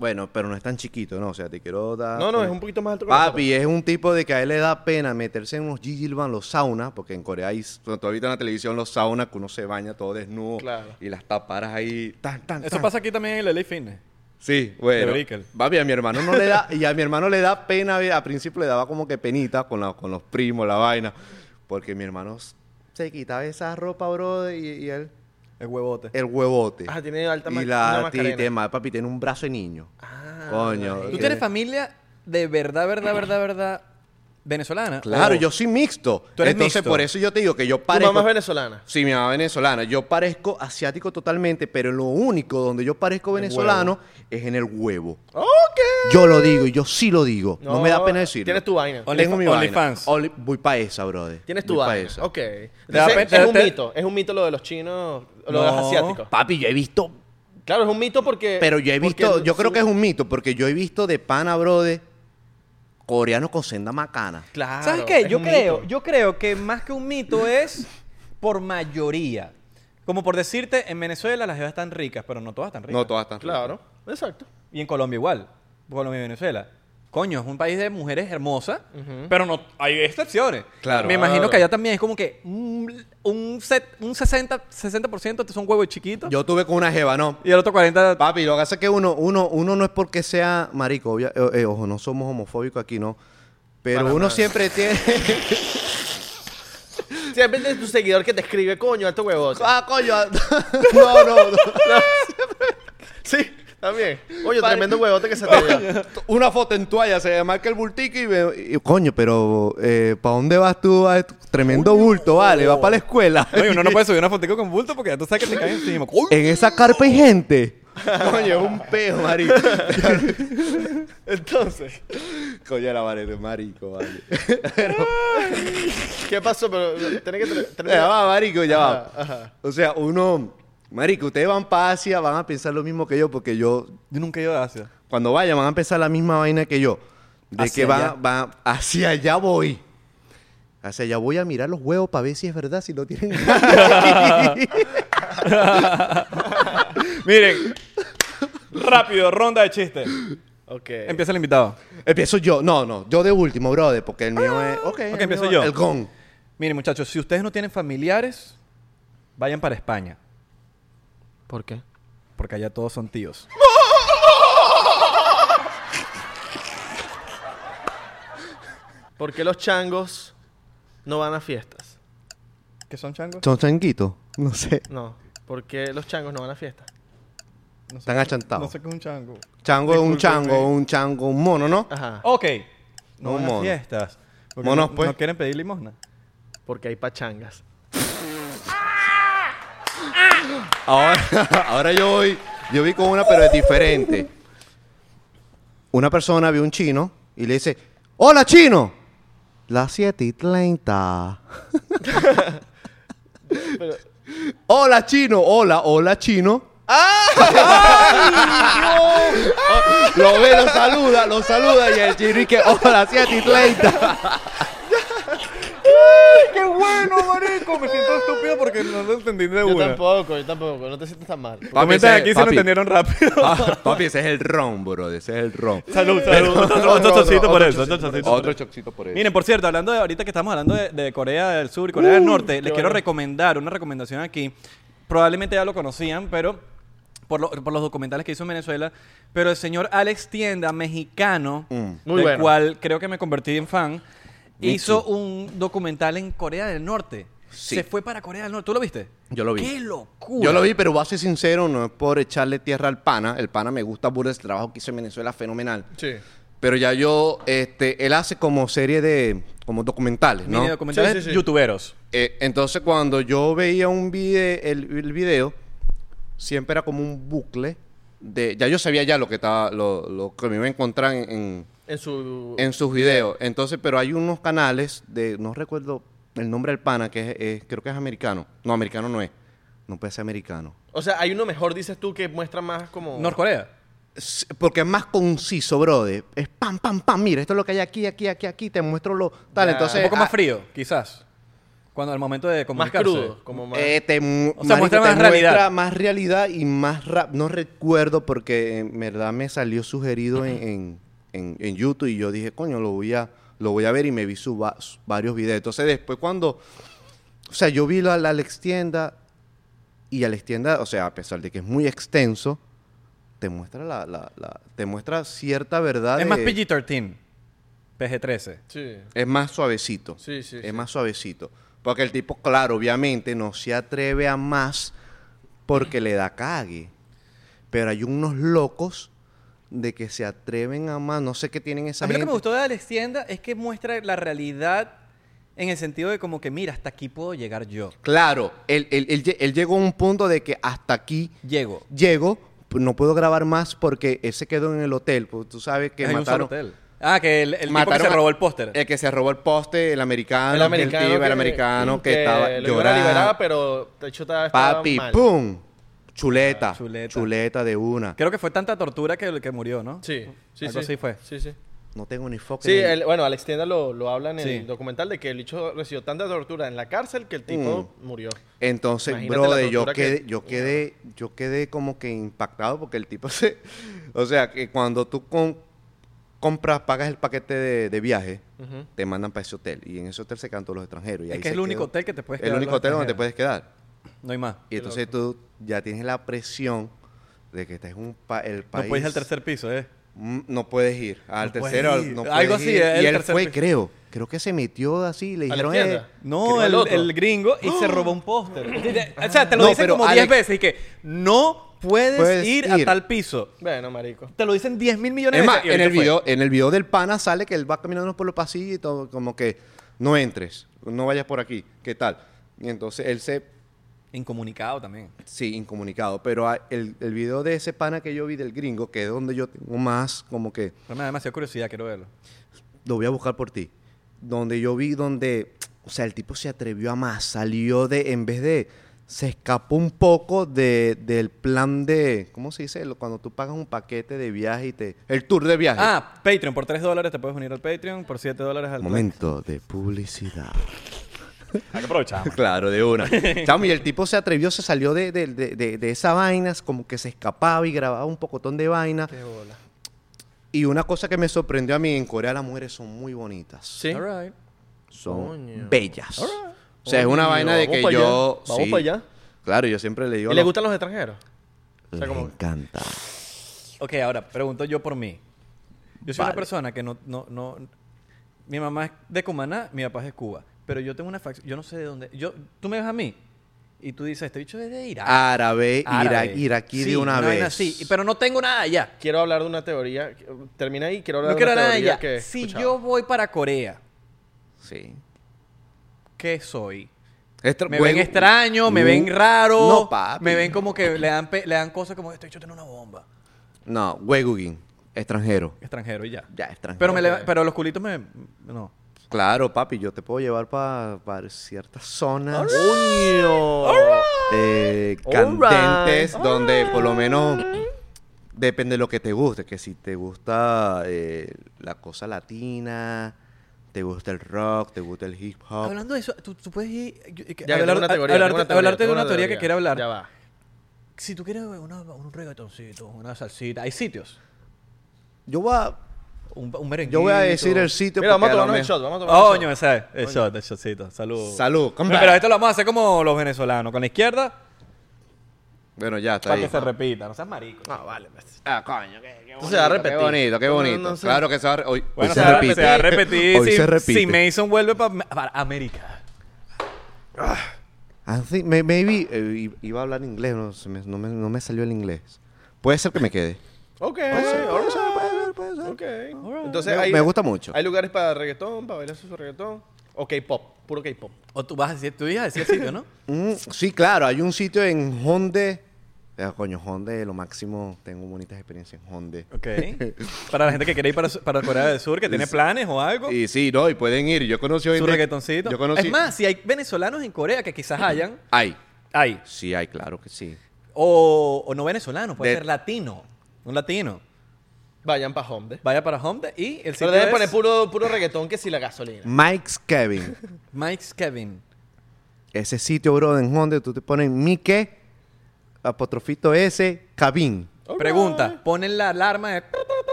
Speaker 2: Bueno, pero no es tan chiquito, ¿no? O sea, te quiero dar...
Speaker 1: No, no, Ah, es un poquito más alto que
Speaker 2: Papi, es un tipo de que a él le da pena meterse en unos gigilban, los saunas, porque en Corea hay, cuando tú ahorita en la televisión, los saunas, que uno se baña todo desnudo
Speaker 1: Claro.
Speaker 2: y las taparas ahí, tan, tan,
Speaker 3: Eso
Speaker 2: tan.
Speaker 3: pasa aquí también en la ley fitness.
Speaker 2: Sí, bueno.
Speaker 3: De Brickell.
Speaker 2: Papi, a mi hermano no le da, y a mi hermano le da pena, ve, a principio le daba como que penita con, la- con los primos, la vaina, porque mi hermano s- se quitaba esa ropa, bro, y, y él,
Speaker 3: El huevote.
Speaker 2: el huevote.
Speaker 1: Ah, tiene alta ma-
Speaker 2: y
Speaker 1: una
Speaker 2: la
Speaker 1: Macarena.
Speaker 2: tema, papi, tiene un brazo de niño.
Speaker 1: Ah,
Speaker 2: Coño.
Speaker 1: ok.
Speaker 3: ¿Tú tienes familia de verdad, verdad, verdad, verdad venezolana?
Speaker 2: Claro,
Speaker 1: Oh.
Speaker 3: O-
Speaker 2: yo soy mixto.
Speaker 3: Tú eres
Speaker 2: Entonces,
Speaker 3: mixto.
Speaker 2: por eso yo te digo que yo
Speaker 1: Tu
Speaker 2: parezco...
Speaker 1: mamá es venezolana.
Speaker 2: Sí, mi mamá es venezolana. Yo parezco asiático totalmente, pero lo único donde yo parezco venezolano es en el huevo.
Speaker 1: Ok.
Speaker 2: Yo lo digo y yo sí lo digo. No, me da pena decirlo.
Speaker 1: Tienes tu vaina.
Speaker 3: Only-
Speaker 2: Tengo mi vaina.
Speaker 3: OnlyFans.
Speaker 2: Only- voy pa' esa, brother.
Speaker 1: Tienes tu
Speaker 2: Voy pa'
Speaker 1: vaina.
Speaker 2: esa.
Speaker 1: Ok.
Speaker 3: da
Speaker 1: Entonces,
Speaker 3: pena-
Speaker 1: es un
Speaker 3: te-
Speaker 1: mito. Es un mito lo de los chinos, lo de los
Speaker 3: No.
Speaker 1: asiáticos.
Speaker 2: Papi, yo he visto...
Speaker 1: Claro, es un mito porque...
Speaker 2: Pero yo he
Speaker 1: porque
Speaker 2: visto... Yo
Speaker 1: su-
Speaker 2: creo que es un mito, porque yo he visto de pana, brother, coreano con senda macana.
Speaker 1: Claro.
Speaker 3: ¿Sabes qué?
Speaker 1: es
Speaker 3: Yo
Speaker 1: un
Speaker 3: creo,
Speaker 1: mito.
Speaker 3: yo creo que más que un mito es por mayoría. Como por decirte, en Venezuela las jevas están ricas, pero no todas están ricas.
Speaker 2: No, todas están ricas.
Speaker 1: Claro. Exacto.
Speaker 3: Y en Colombia igual. Colombia y Venezuela. Coño, es un país de mujeres hermosas, pero no hay excepciones.
Speaker 2: Claro.
Speaker 3: Me imagino
Speaker 1: Claro.
Speaker 3: que allá también es como que un, un, set, un 60%, 60 son huevos chiquitos
Speaker 2: Yo tuve con una jeva, ¿no?
Speaker 3: y el otro 40%.
Speaker 2: Papi, lo que pasa es que uno, uno, uno no es porque sea marico, obvia- eh, eh, ojo, no somos homofóbicos aquí, ¿no? Pero
Speaker 1: Para
Speaker 2: uno
Speaker 1: nada.
Speaker 2: siempre tiene.
Speaker 1: Siempre tienes tu seguidor que te escribe, coño, alto huevote.
Speaker 2: ah, coño. no, no, no.
Speaker 1: Sí, también. Oye,
Speaker 2: Vale.
Speaker 1: tremendo huevote que se te vea.
Speaker 2: Una foto en toalla, se marca el bultico y, veo- y, coño, pero ¿para dónde vas tú? Vas- Tremendo bulto, vale, va para la escuela.
Speaker 3: Oye, uno no puede subir una fotico con bulto porque ya tú sabes que te caen encima. Coño.
Speaker 2: En esa carpa hay gente. Coño, es un peo, marico.
Speaker 1: Entonces,
Speaker 2: coño, la madre de marico, vale.
Speaker 1: ¿qué pasó? Pero tenés que ter-
Speaker 2: Ya
Speaker 1: terminar.
Speaker 2: va, marico, ya va.
Speaker 1: Ajá, ajá.
Speaker 2: O sea, uno... Marico, ustedes van para Asia, van a pensar lo mismo que yo, porque yo...
Speaker 3: Yo nunca he ido a Asia.
Speaker 2: Cuando vayan, van a pensar la misma vaina que yo. De
Speaker 3: Hacia
Speaker 2: que
Speaker 3: allá.
Speaker 2: van... van- hacia allá voy. Hacia allá voy a mirar los huevos para ver si es verdad, si no tienen...
Speaker 3: Miren, rápido, ronda de chistes.
Speaker 1: Ok.
Speaker 3: Empieza el invitado.
Speaker 2: empiezo yo. No, no. Yo de último, brother, porque el mío es... Ok, el mío
Speaker 3: empiezo
Speaker 2: es
Speaker 3: yo.
Speaker 2: El gong.
Speaker 3: Miren, muchachos, si ustedes no tienen familiares, vayan para España,
Speaker 1: ¿Por qué?
Speaker 3: porque allá todos son tíos.
Speaker 1: ¿Por qué los changos no van a fiestas?
Speaker 3: ¿Qué son changos?
Speaker 2: ¿Son changuitos? No sé.
Speaker 1: No. ¿Por qué los changos no van a fiestas?
Speaker 3: No sé
Speaker 2: Están
Speaker 3: qué-
Speaker 2: achantados.
Speaker 3: No sé qué es un chango.
Speaker 2: Chango es un
Speaker 3: Discúlpenme.
Speaker 2: chango, un chango, un mono, ¿no?
Speaker 1: Ajá.
Speaker 3: Ok. No
Speaker 2: Un
Speaker 3: van a
Speaker 2: mono.
Speaker 3: fiestas. porque
Speaker 2: Monos,
Speaker 3: no,
Speaker 2: pues.
Speaker 3: no quieren pedir limosna.
Speaker 1: Porque hay pachangas.
Speaker 2: Ahora, ahora yo voy, yo vi con una, pero es diferente. Una persona vio un chino y le dice, hola chino, las 7 y 30. Hola chino, hola, hola chino. ¡Ah! Lo ve, lo saluda, lo saluda y el chino y que, hola, 7 y 30.
Speaker 3: ¡Qué bueno, marico! Me siento estúpido porque no lo entendí de
Speaker 1: Yo
Speaker 3: una.
Speaker 1: tampoco, yo tampoco. No te sientas tan mal.
Speaker 2: ese-
Speaker 3: Comenten aquí si lo
Speaker 2: papi.
Speaker 3: entendieron rápido.
Speaker 2: Ah, papi, ese es el ron, bro, ese es el ron.
Speaker 3: Salud, salud. Otro,
Speaker 2: No,
Speaker 3: otro
Speaker 2: no,
Speaker 3: chocito
Speaker 2: no,
Speaker 3: por
Speaker 2: otro
Speaker 3: eso. Otro
Speaker 2: chocito por
Speaker 3: chocito
Speaker 2: eso.
Speaker 3: por
Speaker 2: Otro
Speaker 3: eso.
Speaker 2: chocito por eso.
Speaker 3: Miren, por cierto, hablando de ahorita que estamos hablando de, de Corea del Sur y Corea del Norte, les quiero
Speaker 1: Uh, bueno.
Speaker 3: recomendar una recomendación aquí. Probablemente ya lo conocían, pero por, lo- por los documentales que hizo en Venezuela. Pero el señor Alex Tienda, mexicano,
Speaker 2: Mm.
Speaker 1: Muy
Speaker 3: del
Speaker 1: bueno.
Speaker 3: cual creo que me convertí en fan,
Speaker 2: Me
Speaker 3: hizo
Speaker 2: too.
Speaker 3: un documental en Corea del Norte.
Speaker 2: Sí.
Speaker 3: Se fue para Corea del Norte. ¿Tú lo viste?
Speaker 2: Yo lo vi.
Speaker 3: ¡Qué locura!
Speaker 2: Yo lo vi, pero voy a ser sincero, no es por echarle tierra al pana. El pana me gusta burda el trabajo que hizo en Venezuela, fenomenal.
Speaker 1: Sí.
Speaker 2: Pero ya yo, este, él hace como serie de, como documentales, ¿no?
Speaker 3: Mini documentales
Speaker 1: Sí, sí, sí.
Speaker 3: youtuberos.
Speaker 2: Eh, entonces cuando yo veía un video, el, el video, siempre era como un bucle de, ya yo sabía ya lo que estaba, lo, lo que me iba a encontrar en- en,
Speaker 1: En su...
Speaker 2: en sus videos. Entonces, pero hay unos canales de, no recuerdo el nombre del pana, que es, es- creo que es americano. No, americano no es. No puede ser americano.
Speaker 1: O sea, hay uno mejor, dices tú, que muestra más como...
Speaker 3: Norcorea.
Speaker 2: s- porque es más conciso, brother. Es pam, pam, pam. Mira, esto es lo que hay aquí, aquí, aquí, aquí. Te muestro lo tal. Entonces,
Speaker 3: un poco
Speaker 2: ah,
Speaker 3: más frío, quizás. Cuando al momento de
Speaker 1: Más
Speaker 3: comunicarse.
Speaker 1: crudo. Como más...
Speaker 2: eh, te, mu-
Speaker 3: O sea, muestra
Speaker 2: te
Speaker 3: más realidad.
Speaker 2: muestra más realidad y más rap. No recuerdo porque en verdad me salió sugerido en, en- en- en YouTube y yo dije, coño, lo voy a, lo voy a ver y me vi su va- su- varios videos. Entonces después cuando, o sea, yo vi la, la Alex Tienda y Alex Tienda, o sea, a pesar de que es muy extenso, te muestra la, la- la- te muestra cierta verdad.
Speaker 3: Es más
Speaker 2: Ah, de-
Speaker 3: PG-13. PG-13.
Speaker 1: Sí.
Speaker 2: Es más suavecito.
Speaker 1: Sí, sí,
Speaker 2: Es
Speaker 1: sí.
Speaker 2: más suavecito. Porque el tipo, claro, obviamente no se atreve a más porque le da cague. Pero hay unos locos de que se atreven a más. No sé qué tienen esa
Speaker 3: A mí lo que me
Speaker 2: gente.
Speaker 3: gustó de Alex Tienda es que muestra la realidad en el sentido de como que, mira, hasta aquí puedo llegar yo.
Speaker 2: Claro, él, él- él lle- él llegó a un punto de que hasta aquí
Speaker 3: Llego.
Speaker 2: llego, p- no puedo grabar más porque él se quedó en el hotel. Pues, tú sabes que
Speaker 3: Hay un
Speaker 2: mataron.
Speaker 3: solo hotel. Ah, que el, el tipo
Speaker 2: mataron
Speaker 3: que se
Speaker 2: a-
Speaker 3: robó el póster.
Speaker 2: El que se robó el poste, el americano.
Speaker 1: El
Speaker 2: ah, que
Speaker 1: americano,
Speaker 2: tío,
Speaker 1: que,
Speaker 2: el americano que,
Speaker 1: que
Speaker 2: estaba
Speaker 1: lo iban a
Speaker 2: llorando.
Speaker 1: liberar, pero de hecho estaba, estaba
Speaker 2: Papi,
Speaker 1: mal.
Speaker 2: ¡pum! Chuleta,
Speaker 3: Ah, chuleta.
Speaker 2: chuleta. de una.
Speaker 3: Creo que fue tanta tortura que el que murió, ¿no?
Speaker 1: Sí, sí,
Speaker 3: Algo
Speaker 1: sí.
Speaker 3: así fue.
Speaker 1: Sí, sí.
Speaker 2: No tengo ni foco.
Speaker 1: Sí,
Speaker 2: en-
Speaker 1: el- bueno, Alex Tienda lo, lo habla en el
Speaker 3: Sí.
Speaker 1: documental de que el bicho recibió tanta tortura en la cárcel que el tipo
Speaker 2: Mm.
Speaker 1: murió.
Speaker 2: Entonces,
Speaker 1: Imagínate la
Speaker 2: brother, yo
Speaker 1: tortura
Speaker 2: quedé,
Speaker 1: que-
Speaker 2: yo quedé, yo quedé como que impactado porque el tipo se. O sea, que cuando tú com- compras, pagas el paquete de, de viaje, te mandan para ese hotel. Y en ese hotel se quedan todos los extranjeros. Y
Speaker 3: Es
Speaker 2: ahí
Speaker 3: que es
Speaker 2: se
Speaker 3: el único
Speaker 2: quedó-
Speaker 3: hotel que te puedes
Speaker 2: El
Speaker 3: quedar
Speaker 2: único
Speaker 3: los
Speaker 2: hotel donde te puedes
Speaker 3: extranjeros.
Speaker 2: quedar.
Speaker 3: No hay más.
Speaker 2: Y entonces tú ya tienes la presión de que este es un pa- el país.
Speaker 3: No puedes ir al tercer piso, ¿eh?
Speaker 2: Mm, No puedes ir. Al
Speaker 3: No puedes
Speaker 2: tercero, al-
Speaker 3: ir.
Speaker 2: no
Speaker 3: Algo
Speaker 2: puedes
Speaker 3: así,
Speaker 2: ir.
Speaker 3: el
Speaker 2: Y él
Speaker 3: tercer
Speaker 2: fue,
Speaker 3: piso.
Speaker 2: creo, creo que se metió así, le
Speaker 1: ¿A la
Speaker 2: dijeron,
Speaker 1: tienda?
Speaker 2: "Eh,
Speaker 3: No,
Speaker 1: Creo
Speaker 3: el,
Speaker 1: el otro.
Speaker 3: el gringo y se robó un póster. o sea, te lo
Speaker 2: No,
Speaker 3: dicen
Speaker 2: pero
Speaker 3: como 10
Speaker 2: Alex-
Speaker 3: veces y que no puedes,
Speaker 2: Puedes
Speaker 3: ir, a
Speaker 2: ir.
Speaker 3: tal piso.
Speaker 1: Bueno, marico.
Speaker 3: Te lo dicen 10 mil millones
Speaker 2: Es
Speaker 3: de
Speaker 2: más,
Speaker 3: veces.
Speaker 2: en
Speaker 3: y
Speaker 2: el,
Speaker 3: ahorita fue.
Speaker 2: video, en el video del pana sale que él va caminando por los pasillos y todo, como que no entres, no vayas por aquí, ¿qué tal? Y entonces él se,
Speaker 3: Incomunicado también.
Speaker 2: sí, incomunicado, pero a- el, el video de ese pana que yo vi del gringo, que es donde yo tengo más, como que,
Speaker 3: Pero me da demasiada curiosidad, quiero verlo.
Speaker 2: lo voy a buscar por ti, donde yo vi donde, o sea, el tipo se atrevió a más, salió de, en vez de, se escapó un poco de, del plan de, ¿cómo se dice? Lo- Cuando tú pagas un paquete de viaje y te, el tour de viaje.
Speaker 3: Ah, Patreon. Por 3 dólares te puedes unir al Patreon. Por 7 dólares al
Speaker 2: Momento de publicidad.
Speaker 3: Patreon. Hay que aprovechar. man.
Speaker 2: Claro, de una. Chamo, y el tipo se atrevió, se salió de, de, de- de- de esa vaina, como que se escapaba y grababa un pocotón de vaina.
Speaker 1: Qué bola.
Speaker 2: Y una cosa que me sorprendió a mí, en Corea las mujeres son muy bonitas.
Speaker 1: Sí.
Speaker 3: All right.
Speaker 2: Son
Speaker 1: Coño.
Speaker 2: bellas. O sea, es una
Speaker 1: Coño,
Speaker 2: vaina de
Speaker 1: vamos
Speaker 2: que
Speaker 1: pa' allá,
Speaker 2: yo...
Speaker 1: vamos
Speaker 2: sí.
Speaker 1: pa' allá.
Speaker 2: Claro, yo siempre le digo...
Speaker 1: ¿Y
Speaker 2: a
Speaker 1: le
Speaker 2: los-
Speaker 1: gustan los extranjeros? sea,
Speaker 2: les
Speaker 1: como-
Speaker 2: encanta.
Speaker 3: Ok, ahora pregunto yo por mí. Yo soy una
Speaker 2: Vale.
Speaker 3: persona que no, no, no. Mi mamá es de Cumaná, mi papá es de Cuba. Pero yo tengo una facción. Yo no sé de dónde. Yo, tú me ves a mí y tú dices, este bicho es de Irak.
Speaker 2: Árabe,
Speaker 3: Árabe.
Speaker 2: Ah, ira- iraquí
Speaker 3: Sí,
Speaker 2: de una,
Speaker 3: vaina
Speaker 2: vez.
Speaker 3: así, pero no tengo nada allá.
Speaker 1: Quiero hablar de una teoría. Termina ahí. Quiero hablar
Speaker 3: No quiero
Speaker 1: de una
Speaker 3: nada
Speaker 1: teoría
Speaker 3: allá.
Speaker 1: que he
Speaker 3: Si
Speaker 1: escuchado.
Speaker 3: yo voy para Corea,
Speaker 2: Sí.
Speaker 3: ¿qué soy?
Speaker 2: Estra-
Speaker 3: Me
Speaker 2: buen-
Speaker 3: ven extraño, me
Speaker 2: Uh,
Speaker 3: ven raro.
Speaker 2: No, papi.
Speaker 3: Me ven como que le dan, pe- le dan cosas como, este bicho tiene una bomba.
Speaker 2: No, Wegugin, extranjero.
Speaker 3: Extranjero y ya.
Speaker 2: Ya, extranjero. pues.
Speaker 3: Pero, me leva- pero los culitos me. No.
Speaker 2: Claro, papi, yo te puedo llevar para ciertas zonas
Speaker 1: ¡Coño!
Speaker 2: eh, candentes donde por lo menos depende de lo que te guste. Que si te gusta eh, la cosa latina, te gusta el rock, te gusta el hip hop.
Speaker 3: Hablando de eso, tú, tú puedes ir. yo- que-
Speaker 1: Ya,
Speaker 3: hablar-
Speaker 1: tengo una
Speaker 3: a-
Speaker 1: teoría,
Speaker 3: hablarte,
Speaker 1: tengo una teoría,
Speaker 3: hablarte de
Speaker 1: tengo
Speaker 3: una teoría, que quiero hablar.
Speaker 1: Ya va.
Speaker 3: Si tú quieres una- un reggaetoncito, una salsita, hay sitios.
Speaker 2: Yo voy a,
Speaker 3: Un, un merengue.
Speaker 2: yo voy a decir el sitio.
Speaker 1: Mira, vamos a
Speaker 2: porque
Speaker 1: tomarnos
Speaker 2: lo
Speaker 1: el
Speaker 2: mejor-
Speaker 1: shot. Vamos a
Speaker 3: Oh,
Speaker 1: tomarnos
Speaker 3: coño,
Speaker 1: el shot.
Speaker 3: ese es el shot, el shotcito. Salud.
Speaker 2: Salud, come
Speaker 3: Pero,
Speaker 2: back.
Speaker 3: esto lo vamos a hacer como los venezolanos, con la izquierda,
Speaker 2: Bueno, ya está
Speaker 3: para
Speaker 2: ahí.
Speaker 3: que se repita. No seas marico.
Speaker 1: Ah, vale. pues.
Speaker 2: Ah, coño, qué, qué
Speaker 1: se va a repetir.
Speaker 2: Qué bonito, qué
Speaker 1: No, no,
Speaker 2: bonito.
Speaker 1: no sé.
Speaker 2: Claro que se va a re- hoy- hoy
Speaker 3: Bueno,
Speaker 2: se,
Speaker 3: se, va,
Speaker 2: repite.
Speaker 3: se va a repetir
Speaker 2: Hoy
Speaker 3: si,
Speaker 2: se repite.
Speaker 3: si Mason vuelve pa- para América.
Speaker 2: I think may- Ah, maybe eh, i- iba a hablar inglés, no, se me, no, me, no me salió el inglés. Puede ser que me quede.
Speaker 1: Ok.
Speaker 2: Puede ser,
Speaker 1: alright,
Speaker 2: puede ser, puede ser.
Speaker 1: Ok. Entonces,
Speaker 2: Me-
Speaker 1: hay-
Speaker 2: me gusta mucho.
Speaker 1: Hay lugares para reggaetón, para bailar su reggaetón. O K-pop. Puro K-pop.
Speaker 3: O tú vas a decir, tú ibas a decir el sitio, ¿no?
Speaker 2: Mm, sí, claro, hay un sitio en Honde. Ah, coño, Honde, lo máximo. Tengo bonitas experiencias en Honde.
Speaker 3: Ok. Para la gente que quiere ir para, su- para Corea del Sur, que tiene planes o algo.
Speaker 2: Y sí, no, y pueden ir. Yo conocí hoy
Speaker 3: su
Speaker 2: de-
Speaker 3: reggaetoncito.
Speaker 2: Yo conocí.
Speaker 3: Es más, si hay venezolanos en Corea que quizás hayan,
Speaker 2: Hay.
Speaker 3: hay.
Speaker 2: Sí, hay, claro que sí.
Speaker 3: O, o no venezolanos, puede
Speaker 2: De-
Speaker 3: ser latino. Un latino.
Speaker 1: Vayan para Homde.
Speaker 3: Vaya para Home y el
Speaker 1: Pero
Speaker 3: sitio
Speaker 1: deben
Speaker 3: es
Speaker 1: poner puro, puro reggaetón que si la gasolina.
Speaker 2: Mike's Kevin.
Speaker 3: Mike's Kevin.
Speaker 2: Ese sitio, bro, en Honda, tú te pones Mike, apostrofito S, Cabin.
Speaker 3: Pregunta, ponen la alarma de...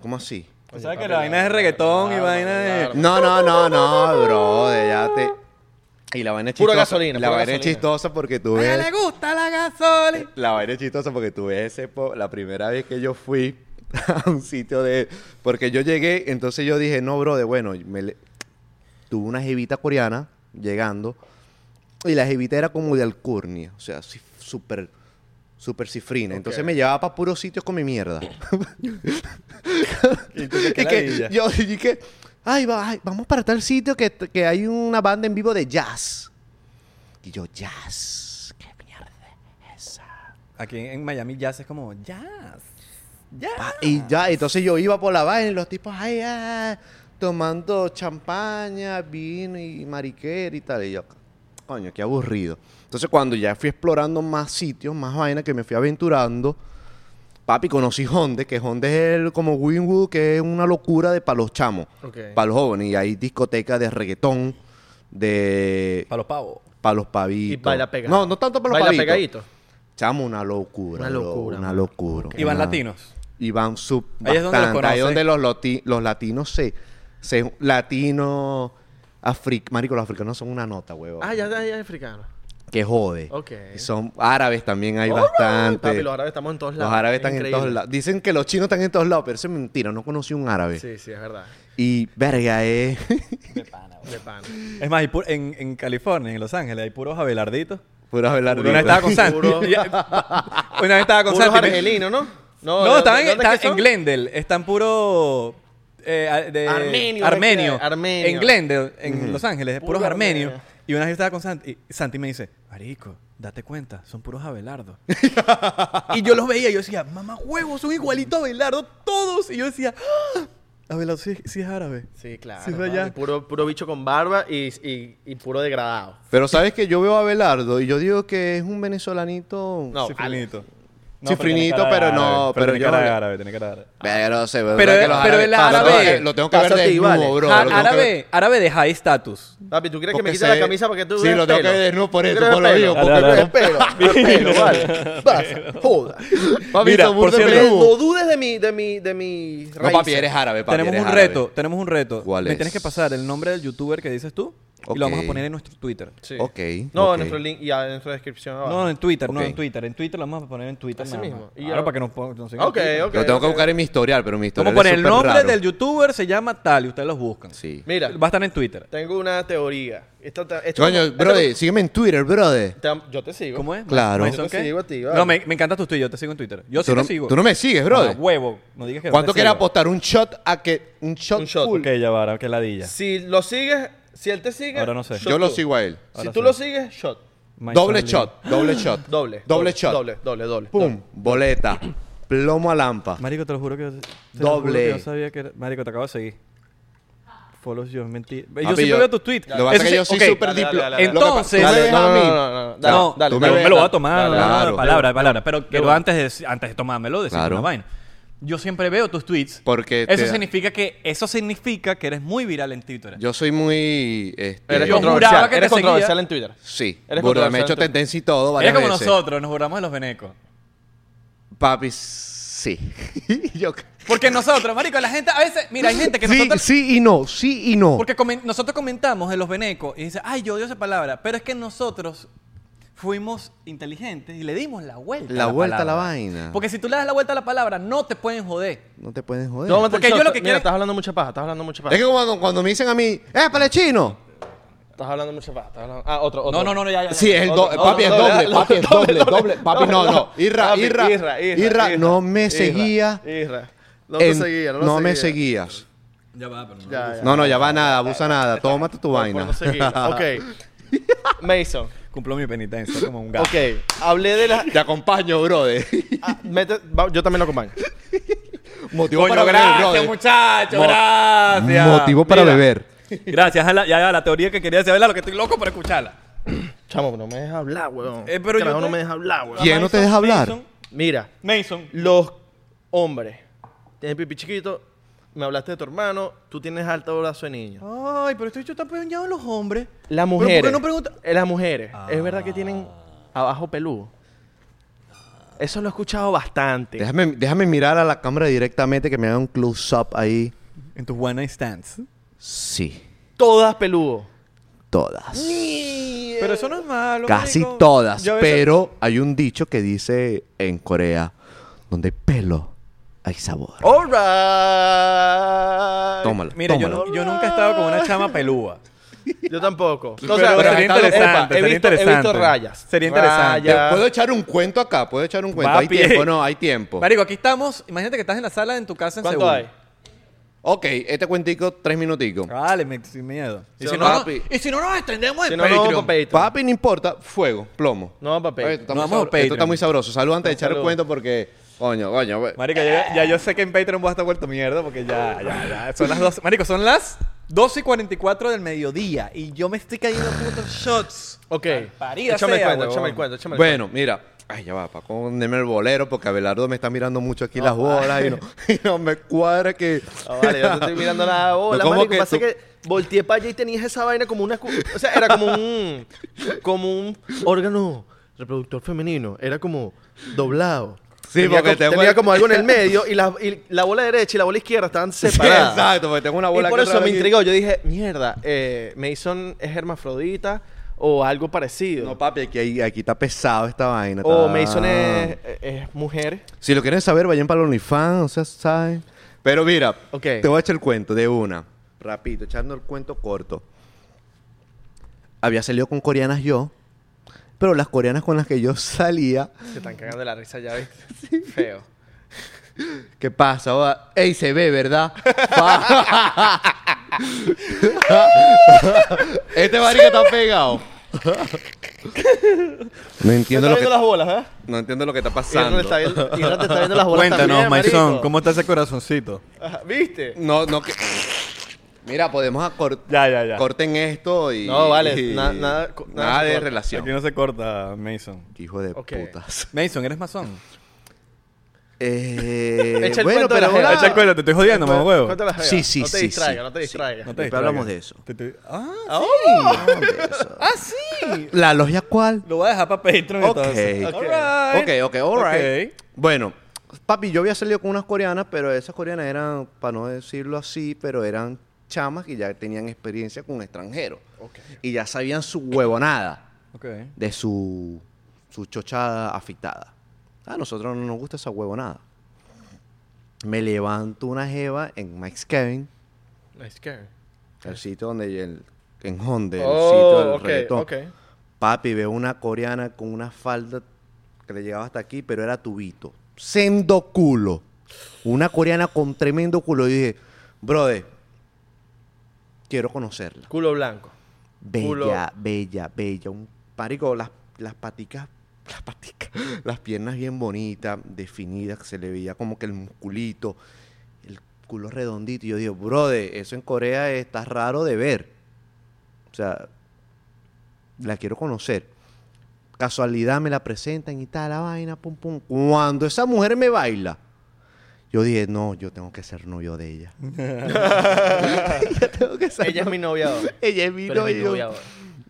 Speaker 2: ¿Cómo así?
Speaker 3: O sea que la vaina es de reggaetón y vaina de...
Speaker 2: No, no, no, no, bro, ya te... Y la vaina es
Speaker 1: Pura
Speaker 2: chistosa.
Speaker 1: gasolina,
Speaker 2: La
Speaker 1: pura
Speaker 2: vaina es
Speaker 1: gasolina.
Speaker 2: chistosa porque tú
Speaker 3: A ella
Speaker 2: ves...
Speaker 3: le gusta la gasolina.
Speaker 2: La vaina es chistosa porque tú ves ese po- la primera vez que yo fui a un sitio de... Porque yo llegué, entonces yo dije, no, bro, de bueno, me le- tuve una jevita coreana llegando y la jevita era como de alcurnia, o sea, así súper, súper cifrina. Entonces me llevaba para puros sitios con mi mierda.
Speaker 1: Y tú, qué
Speaker 2: y que
Speaker 1: ladilla.
Speaker 2: yo dije, ay, va- ay, vamos para tal sitio que, que hay una banda en vivo de jazz. Y yo, jazz, qué mierda es esa.
Speaker 3: Aquí en Miami jazz es como jazz. Jazz.
Speaker 2: Pa- Y ya, entonces yo iba por la vaina y los tipos, ay, ay, tomando champaña, vino y mariquera y tal. Y yo, coño, qué aburrido. Entonces cuando ya fui explorando más sitios, más vainas, que me fui aventurando, papi, conocí Honda, que Honda es el- como Winwood, que es una locura de para los chamos,
Speaker 1: Ok.
Speaker 2: para los jóvenes. Y hay discotecas de reggaetón, de...
Speaker 3: Para los pavos.
Speaker 2: Para los pavitos.
Speaker 1: Y baila pegado.
Speaker 2: No, no tanto para los
Speaker 1: Baila
Speaker 2: pavitos.
Speaker 1: pegadito.
Speaker 2: Chamo, una locura.
Speaker 4: Una
Speaker 2: bro,
Speaker 4: locura,
Speaker 2: Una
Speaker 4: mano.
Speaker 2: locura.
Speaker 3: Y van
Speaker 2: una-
Speaker 3: latinos.
Speaker 2: y van sub
Speaker 3: Ahí es donde los
Speaker 2: bastante. Ahí es
Speaker 3: conoces.
Speaker 2: donde los, loti- los latinos se... se latinos... Afri Marico, los africanos son una nota, huevón.
Speaker 1: Ah, ya, ya, ya es africano.
Speaker 2: Que jode.
Speaker 1: Ok.
Speaker 2: Y son árabes también hay bastante.
Speaker 1: Papi, los árabes estamos en todos
Speaker 2: Los
Speaker 1: lados.
Speaker 2: árabes
Speaker 1: Es
Speaker 2: están en
Speaker 1: increíble.
Speaker 2: todos lados. Dicen que los chinos están en todos lados, pero eso es mentira. No conocí un árabe.
Speaker 1: Sí, sí, es verdad.
Speaker 2: Y, verga, eh.
Speaker 1: De pan.
Speaker 3: Es más, hay pu- en, en California, en Los Ángeles, hay puros abelarditos.
Speaker 2: Puros
Speaker 3: Una
Speaker 2: abelarditos.
Speaker 3: vez estaba con Santi.
Speaker 1: Puro-
Speaker 3: Una vez estaba con
Speaker 1: Puros
Speaker 3: Santi.
Speaker 1: argelinos, ¿no?
Speaker 3: Ah, No,
Speaker 1: ¿de-
Speaker 3: estaban, en-
Speaker 1: dónde es que
Speaker 3: estaban en
Speaker 1: son?
Speaker 3: Glendale. Están puro... eh, a- de-
Speaker 1: Armenio,
Speaker 3: armenio.
Speaker 1: ¿verdad? Armenio.
Speaker 3: En Glendale, en Los Ángeles,
Speaker 1: Puro
Speaker 3: puros armenios.
Speaker 1: armenio.
Speaker 3: Y una vez estaba con Santi y Santi me dice, Marico, date cuenta, son puros abelardos. y yo los veía y yo decía, mamá huevos, son igualitos a abelardo todos. Y yo decía, ¡Ah! Abelardo sí, sí es árabe.
Speaker 1: Sí, claro.
Speaker 3: Sí, fue
Speaker 1: papi.
Speaker 3: allá.
Speaker 1: Puro, puro bicho con barba y, y, y puro degradado.
Speaker 2: Pero sabes que yo veo a Abelardo y yo digo que es un venezolanito...
Speaker 1: No,
Speaker 3: Cifrinito.
Speaker 2: Cifrinito, pero no, pero
Speaker 3: tiene
Speaker 2: yo-
Speaker 3: cara de árabe, tiene cara de árabe.
Speaker 2: Pero, no sé, ¿verdad
Speaker 3: Pero-
Speaker 2: que los
Speaker 3: pero
Speaker 2: árabes-
Speaker 3: el árabe-
Speaker 2: Lo tengo que ver
Speaker 4: Pásate y
Speaker 2: desnudo,
Speaker 4: vale.
Speaker 2: bro.
Speaker 3: Ja-
Speaker 2: lo tengo que ver-
Speaker 3: árabe, árabe de high status.
Speaker 1: Papi, ¿tú crees que me
Speaker 2: Porque
Speaker 1: quita
Speaker 2: se
Speaker 1: la
Speaker 2: ve-
Speaker 1: camisa para que tú
Speaker 2: Sí,
Speaker 1: veas
Speaker 2: lo tengo que
Speaker 1: pelo?
Speaker 2: ver desnudo por
Speaker 1: ¿Tú
Speaker 2: eso,
Speaker 1: crees
Speaker 2: por lo
Speaker 1: pelo?
Speaker 2: vivo,
Speaker 3: porque Dale, dale.
Speaker 4: Pero, pero, vale. Pasa, joda.
Speaker 2: Papi,
Speaker 3: Mira,
Speaker 2: está
Speaker 3: por
Speaker 2: burda de
Speaker 3: cierto-
Speaker 2: peludo.
Speaker 1: No dudes de mi, de mi, de mi
Speaker 2: No,
Speaker 1: raíces.
Speaker 2: papi, eres árabe, papi.
Speaker 3: tenemos
Speaker 2: eres
Speaker 3: un
Speaker 2: árabe.
Speaker 3: reto, tenemos un reto.
Speaker 2: ¿Cuál
Speaker 3: Me
Speaker 2: es?
Speaker 3: tienes que pasar el nombre del youtuber que dices tú y lo vamos
Speaker 2: Ok.
Speaker 3: a poner en nuestro Twitter.
Speaker 1: Sí.
Speaker 2: Ok,
Speaker 1: No,
Speaker 2: ok.
Speaker 1: en nuestro link y a- en nuestra descripción abajo.
Speaker 3: No, en Twitter, no
Speaker 2: Ok.
Speaker 3: en Twitter. En Twitter lo vamos a poner en Twitter.
Speaker 1: Así
Speaker 3: nada más.
Speaker 1: mismo. Y
Speaker 3: Claro,
Speaker 1: ya-
Speaker 3: para que nos pon- nos sigan en
Speaker 1: Ok,
Speaker 3: Twitter.
Speaker 1: ok.
Speaker 2: Lo tengo que buscar en mi historial, pero mi historial
Speaker 3: Vamos a poner
Speaker 2: es
Speaker 3: el
Speaker 2: súper
Speaker 3: nombre
Speaker 2: raro.
Speaker 3: del youtuber, se llama tal y ustedes los buscan.
Speaker 2: Sí.
Speaker 1: Mira,
Speaker 3: Va a estar en Twitter.
Speaker 1: tengo una teoría. Esta, ta- esto-
Speaker 2: Coño,
Speaker 1: esto-
Speaker 2: brother, sígueme en Twitter, brother.
Speaker 1: te- yo te sigo.
Speaker 3: ¿Cómo es?
Speaker 2: Claro.
Speaker 3: ¿Mason
Speaker 1: Yo te
Speaker 3: qué?
Speaker 1: sigo a ti, vale.
Speaker 3: no, me, me encantan tus tweets, yo te sigo en Twitter. Yo sí
Speaker 2: Tú no,
Speaker 3: te sigo.
Speaker 2: tú no me sigues,
Speaker 3: Ah,
Speaker 2: brother.
Speaker 3: huevo, no digas que no
Speaker 2: ¿Cuánto
Speaker 3: te
Speaker 2: quieres
Speaker 3: sigo.
Speaker 2: apostar? ¿Un shot a que... Un shot,
Speaker 1: Un shot,
Speaker 2: full?
Speaker 3: Ok, ya va, ahora que ladilla.
Speaker 1: Si lo sigues, si él te sigue.
Speaker 3: Ahora no sé.
Speaker 1: shot
Speaker 2: Yo lo
Speaker 1: tú.
Speaker 2: sigo a él.
Speaker 1: Si
Speaker 3: Ahora
Speaker 1: tú
Speaker 3: sí.
Speaker 1: lo sigues, shot.
Speaker 3: Mason
Speaker 2: Doble
Speaker 3: Lee.
Speaker 2: shot, doble shot.
Speaker 1: Mm. Doble.
Speaker 2: Doble shot.
Speaker 1: Doble, doble, doble.
Speaker 2: Pum, boleta. Plomo a lampa.
Speaker 3: Marico, te lo juro que yo, te lo
Speaker 2: Doble.
Speaker 3: juro que yo sabía que era... Marico, te acabo de seguir. Follows yo, es mentira. Yo
Speaker 2: Papi,
Speaker 3: siempre
Speaker 2: yo-
Speaker 3: veo tus tweets.
Speaker 2: Lo que pasa es que yo soy
Speaker 3: ok.
Speaker 2: súper
Speaker 1: Dale, dale,
Speaker 2: diplo...
Speaker 1: dale, dale.
Speaker 2: Lo que pa-
Speaker 3: Entonces-
Speaker 2: tú me
Speaker 3: Dale,
Speaker 2: ves a mí.
Speaker 1: no, dale,
Speaker 3: no,
Speaker 1: dale,
Speaker 3: yo
Speaker 1: dale,
Speaker 3: me lo voy a
Speaker 1: dale,
Speaker 3: tomar,
Speaker 1: dale,
Speaker 3: no, no, no,
Speaker 2: claro.
Speaker 3: palabra, palabra. Pero quiero
Speaker 1: bueno.
Speaker 3: antes de, antes de tomármelo, decir
Speaker 2: Claro.
Speaker 3: una vaina. Yo siempre veo tus tweets.
Speaker 2: Porque
Speaker 3: eso
Speaker 2: te-
Speaker 3: significa que eso significa que eres muy viral en Twitter.
Speaker 2: Yo soy muy... este,
Speaker 1: Eres
Speaker 3: Yo
Speaker 1: controversial.
Speaker 3: juraba que te
Speaker 1: Eres
Speaker 3: seguía.
Speaker 1: controversial en Twitter.
Speaker 2: Sí.
Speaker 1: Eres
Speaker 2: Burda, me he
Speaker 1: controversial
Speaker 2: hecho
Speaker 1: en Twitter.
Speaker 2: tendencia y todo
Speaker 3: eres
Speaker 2: varias
Speaker 3: como
Speaker 2: veces.
Speaker 3: nosotros, nos burlamos de los venecos.
Speaker 2: Papi, sí. Yo-
Speaker 3: Porque nosotros, marico, la gente a veces, mira, hay gente que
Speaker 2: sí,
Speaker 3: nosotros
Speaker 2: sí y no, sí y no.
Speaker 3: Porque comen- nosotros comentamos en los venecos y dice, ay, yo odio esa palabra, pero es que nosotros fuimos inteligentes y le dimos la vuelta.
Speaker 2: La vuelta a la
Speaker 3: palabra.
Speaker 2: vaina.
Speaker 3: Porque si tú le das la vuelta a la palabra, no te pueden joder.
Speaker 2: No te pueden joder.
Speaker 1: Tómate el
Speaker 3: Porque yo
Speaker 1: shot.
Speaker 3: lo que
Speaker 1: Mira,
Speaker 3: quiero-
Speaker 1: estás hablando mucha paja, estás hablando mucha paja.
Speaker 2: Es que cuando, cuando me dicen a mí, ¡eh, palechino!
Speaker 1: Estás hablando mucha paja, estás hablando... Ah, otro,
Speaker 3: No,
Speaker 1: otro.
Speaker 3: no, no, no, ya, ya. ya.
Speaker 2: Sí, es el
Speaker 1: Otro,
Speaker 2: doble.
Speaker 1: otro,
Speaker 2: Papi, es
Speaker 1: doble,
Speaker 2: doble.
Speaker 1: doble,
Speaker 2: Papi, es
Speaker 1: doble,
Speaker 2: doble. Doble. Papi, no, no. Irra,
Speaker 1: Papi,
Speaker 2: Irra.
Speaker 1: Irra, Irra,
Speaker 2: Irra,
Speaker 1: Irra,
Speaker 2: no me
Speaker 1: Irra,
Speaker 2: seguía.
Speaker 1: Irra. No te
Speaker 2: en-
Speaker 1: seguía, no, lo
Speaker 2: no me
Speaker 1: seguía. Ah,
Speaker 2: seguías.
Speaker 3: Ya va, pero no.
Speaker 1: Ya, ya.
Speaker 2: No, no, ya va nada, abusa nada. Tómate tu
Speaker 1: Por-
Speaker 2: vaina.
Speaker 1: por no seguirla. Ok. Mason.
Speaker 3: Cumplo mi penitencia como un gato.
Speaker 1: Ok. Hablé de las...
Speaker 2: Te acompaño, brother.
Speaker 1: ah, mete- va- yo también lo acompaño.
Speaker 2: Motivo
Speaker 3: Coño,
Speaker 2: para beber,
Speaker 3: gracias,
Speaker 2: brother.
Speaker 3: muchachos, gracias.
Speaker 2: Motivo para
Speaker 1: Mira.
Speaker 2: beber.
Speaker 3: Gracias a la, ya, ya, la teoría que quería saber, lo que estoy loco por escucharla.
Speaker 1: Chamo, no me deja hablar, weón.
Speaker 3: Eh, pero yo
Speaker 1: Carajo,
Speaker 3: te-
Speaker 1: no me deja hablar, weón.
Speaker 2: ¿Quién no te deja hablar?
Speaker 3: Mason,
Speaker 1: Mira,
Speaker 3: Mason.
Speaker 1: los hombre, tienes pipí chiquito, me hablaste de tu hermano, tú tienes alto brazo de niño.
Speaker 3: Ay, pero este hecho está peñado en los hombres.
Speaker 1: Las
Speaker 3: por qué
Speaker 1: mujeres.
Speaker 3: no pregunta? Ah.
Speaker 1: Eh, Las mujeres. Es verdad que tienen abajo peludo. Eso lo he escuchado bastante.
Speaker 2: Déjame, déjame mirar a la cámara directamente que me haga un close-up ahí.
Speaker 3: En tus one night stands.
Speaker 2: Sí,
Speaker 1: Todas peludo.
Speaker 2: todas.
Speaker 3: Pero eso no es malo.
Speaker 2: Casi
Speaker 3: marico.
Speaker 2: todas.
Speaker 3: Yo a veces-
Speaker 2: Pero hay un dicho que dice en Corea, donde hay pelo, hay sabor.
Speaker 1: Oh, Alright.
Speaker 2: Tómala,
Speaker 3: Mira, yo,
Speaker 2: tómala.
Speaker 3: nu- yo nunca he estado con una chama pelúa.
Speaker 1: Yo tampoco.
Speaker 3: Pero sería
Speaker 1: epa,
Speaker 3: interesante,
Speaker 1: he
Speaker 3: sería
Speaker 1: visto, he visto
Speaker 3: interesante.
Speaker 1: rayas.
Speaker 3: Sería interesante.
Speaker 2: Te-
Speaker 1: Rayas.
Speaker 2: Eh, Puedo echar un cuento acá, puedo echar un cuento.
Speaker 3: Papi.
Speaker 2: Hay tiempo, no, hay tiempo.
Speaker 3: Marico, aquí estamos. Imagínate que estás en la sala en tu casa en
Speaker 1: ¿Cuánto
Speaker 3: Seúl.
Speaker 1: hay?
Speaker 2: Ok, este cuentico, tres minuticos.
Speaker 1: Ah,
Speaker 3: Vale, me, sin miedo. Y
Speaker 1: Sí,
Speaker 3: si, no, no-
Speaker 2: papi.
Speaker 3: y si no nos extendemos de
Speaker 1: Si no, no,
Speaker 3: Patreon.
Speaker 1: vamos pa' Patreon.
Speaker 2: Papi, no importa, fuego, plomo.
Speaker 1: No, papi.
Speaker 2: Oye, esto está
Speaker 3: No,
Speaker 2: muy
Speaker 3: vamos a
Speaker 2: sabro- Esto está
Speaker 3: Patreon.
Speaker 2: muy sabroso. Salud antes de echar el
Speaker 1: Salud.
Speaker 2: cuento porque... Coño, coño. we-
Speaker 3: Marico, ya, ya yo sé que en Patreon voy a estar vuelto mierda porque ya, ya, ya. Son las 12. Marico, son las 12 y 44 del mediodía y yo me estoy cayendo a putos shots.
Speaker 1: Ok.
Speaker 3: Parida
Speaker 1: échame el
Speaker 3: sea,
Speaker 1: cuento,
Speaker 3: huevón.
Speaker 1: échame el cuento, échame el cuento.
Speaker 2: Bueno, mira. Ay, ya va, para ponerme el bolero porque Abelardo me está mirando mucho aquí las bolas y no, y no me cuadra que...
Speaker 1: Ah, vale, yo no estoy mirando Oh, la bola,
Speaker 2: ¿Cómo
Speaker 1: marico.
Speaker 2: que
Speaker 1: pasa
Speaker 2: tú-
Speaker 1: que volteé para allá y tenías esa vaina como una... cu- O sea, era como un... Como un órgano reproductor femenino. Era como doblado.
Speaker 2: Sí,
Speaker 1: tenía
Speaker 2: porque
Speaker 1: co-
Speaker 2: te-
Speaker 1: tenía como algo en el medio y la, y la bola derecha y la bola izquierda estaban separadas.
Speaker 2: exacto, porque tengo una bola
Speaker 1: Y por
Speaker 2: que
Speaker 1: eso
Speaker 2: otra
Speaker 1: me
Speaker 2: vez-
Speaker 1: intrigó. Yo dije, mierda, eh, Mason es hermafrodita o algo parecido.
Speaker 2: No, papi, aquí, hay- aquí está pesado esta vaina.
Speaker 1: o
Speaker 2: está-
Speaker 1: Oh, Mason es, es mujer.
Speaker 2: Si lo quieren saber, vayan para el OnlyFans, o sea, saben. Pero mira,
Speaker 1: Ok.
Speaker 2: te voy a echar el cuento de una. Rapidito, echando el cuento corto. Había salido con coreanas yo, pero las coreanas con las que yo salía,
Speaker 1: Se están cagando de la risa ya, ¿viste? Feo.
Speaker 2: ¿qué pasa? va? Ey, se ve, ¿verdad? este marica está pegado. no entiendo
Speaker 1: ¿Estás
Speaker 2: lo que
Speaker 1: viendo las bolas, ¿eh?
Speaker 2: no entiendo lo que está
Speaker 1: Irán
Speaker 2: pasando.
Speaker 1: te está viendo, Irán te está viendo las bolas
Speaker 3: Cuéntanos,
Speaker 1: también,
Speaker 3: Maison,
Speaker 1: marico.
Speaker 3: ¿cómo está ese corazoncito?
Speaker 1: Ajá, ¿Viste?
Speaker 2: No, no que- Mira, podemos acor-
Speaker 3: Ya, ya, ya.
Speaker 2: corten esto y
Speaker 1: No, vale,
Speaker 2: y-
Speaker 1: na- nada- co-
Speaker 2: nada
Speaker 1: nada se
Speaker 2: de
Speaker 1: corta.
Speaker 2: relación.
Speaker 3: Aquí no se corta, Mason.
Speaker 2: Hijo de
Speaker 1: Ok.
Speaker 2: putas.
Speaker 3: Mason, ¿eres masón?
Speaker 2: Eh,
Speaker 1: Echa el
Speaker 2: bueno,
Speaker 1: cuento de la
Speaker 2: pero
Speaker 1: jeva.
Speaker 2: ahora-
Speaker 1: Ah.
Speaker 3: Echa el cuento, te estoy jodiendo, mamá huevo.
Speaker 1: Cuéntale las veas.
Speaker 2: Sí, sí,
Speaker 1: No te
Speaker 2: sí,
Speaker 1: distraigas,
Speaker 2: sí.
Speaker 1: no te distraigas.
Speaker 3: No te
Speaker 2: Después hablamos
Speaker 3: distraigas.
Speaker 2: de eso.
Speaker 3: Te- te- Ah,
Speaker 1: Ah,
Speaker 3: ah, sí.
Speaker 2: La logia cuál?
Speaker 3: Lo voy a dejar para Patreon
Speaker 2: Ok.
Speaker 3: entonces.
Speaker 2: Ok.
Speaker 3: Alright.
Speaker 2: Ok, ok, alright.
Speaker 3: Ok.
Speaker 2: Bueno, papi, yo había salido con unas coreanas, pero esas coreanas eran, para no decirlo así, pero eran chamas que ya tenían experiencia con extranjeros. Y ya sabían su huevonada.
Speaker 3: Ok.
Speaker 2: de su, su chochada afectada. A nosotros no nos gusta esa huevonada. Me levanto una jeva en Mike's Kevin,
Speaker 1: Nice care.
Speaker 2: el sitio donde el, en Honda, el sitio del
Speaker 1: Oh, ok,
Speaker 2: reggaetón.
Speaker 1: ok.
Speaker 2: Papi, veo una coreana con una falda que le llegaba hasta aquí, pero era tubito. Sendo culo. Una coreana con tremendo culo. Y dije, brother, quiero conocerla.
Speaker 1: Culo blanco.
Speaker 2: Bella,
Speaker 1: Culo.
Speaker 2: bella, bella. Un marico, las, las paticas, las paticas, las piernas bien bonitas, definidas, que se le veía como que el musculito, el culo redondito. Y yo digo, brother, eso en Corea está raro de ver. O sea, la quiero conocer. Casualidad me la presentan y tal, la vaina, pum, pum. Cuando esa mujer me baila, yo dije, no, yo tengo que ser novio de ella.
Speaker 1: Mm.
Speaker 2: Yo tengo que ser
Speaker 1: Ella es mi novia ahora.
Speaker 2: ella es mi
Speaker 1: Pero es mi novia
Speaker 2: novia.
Speaker 1: ahora.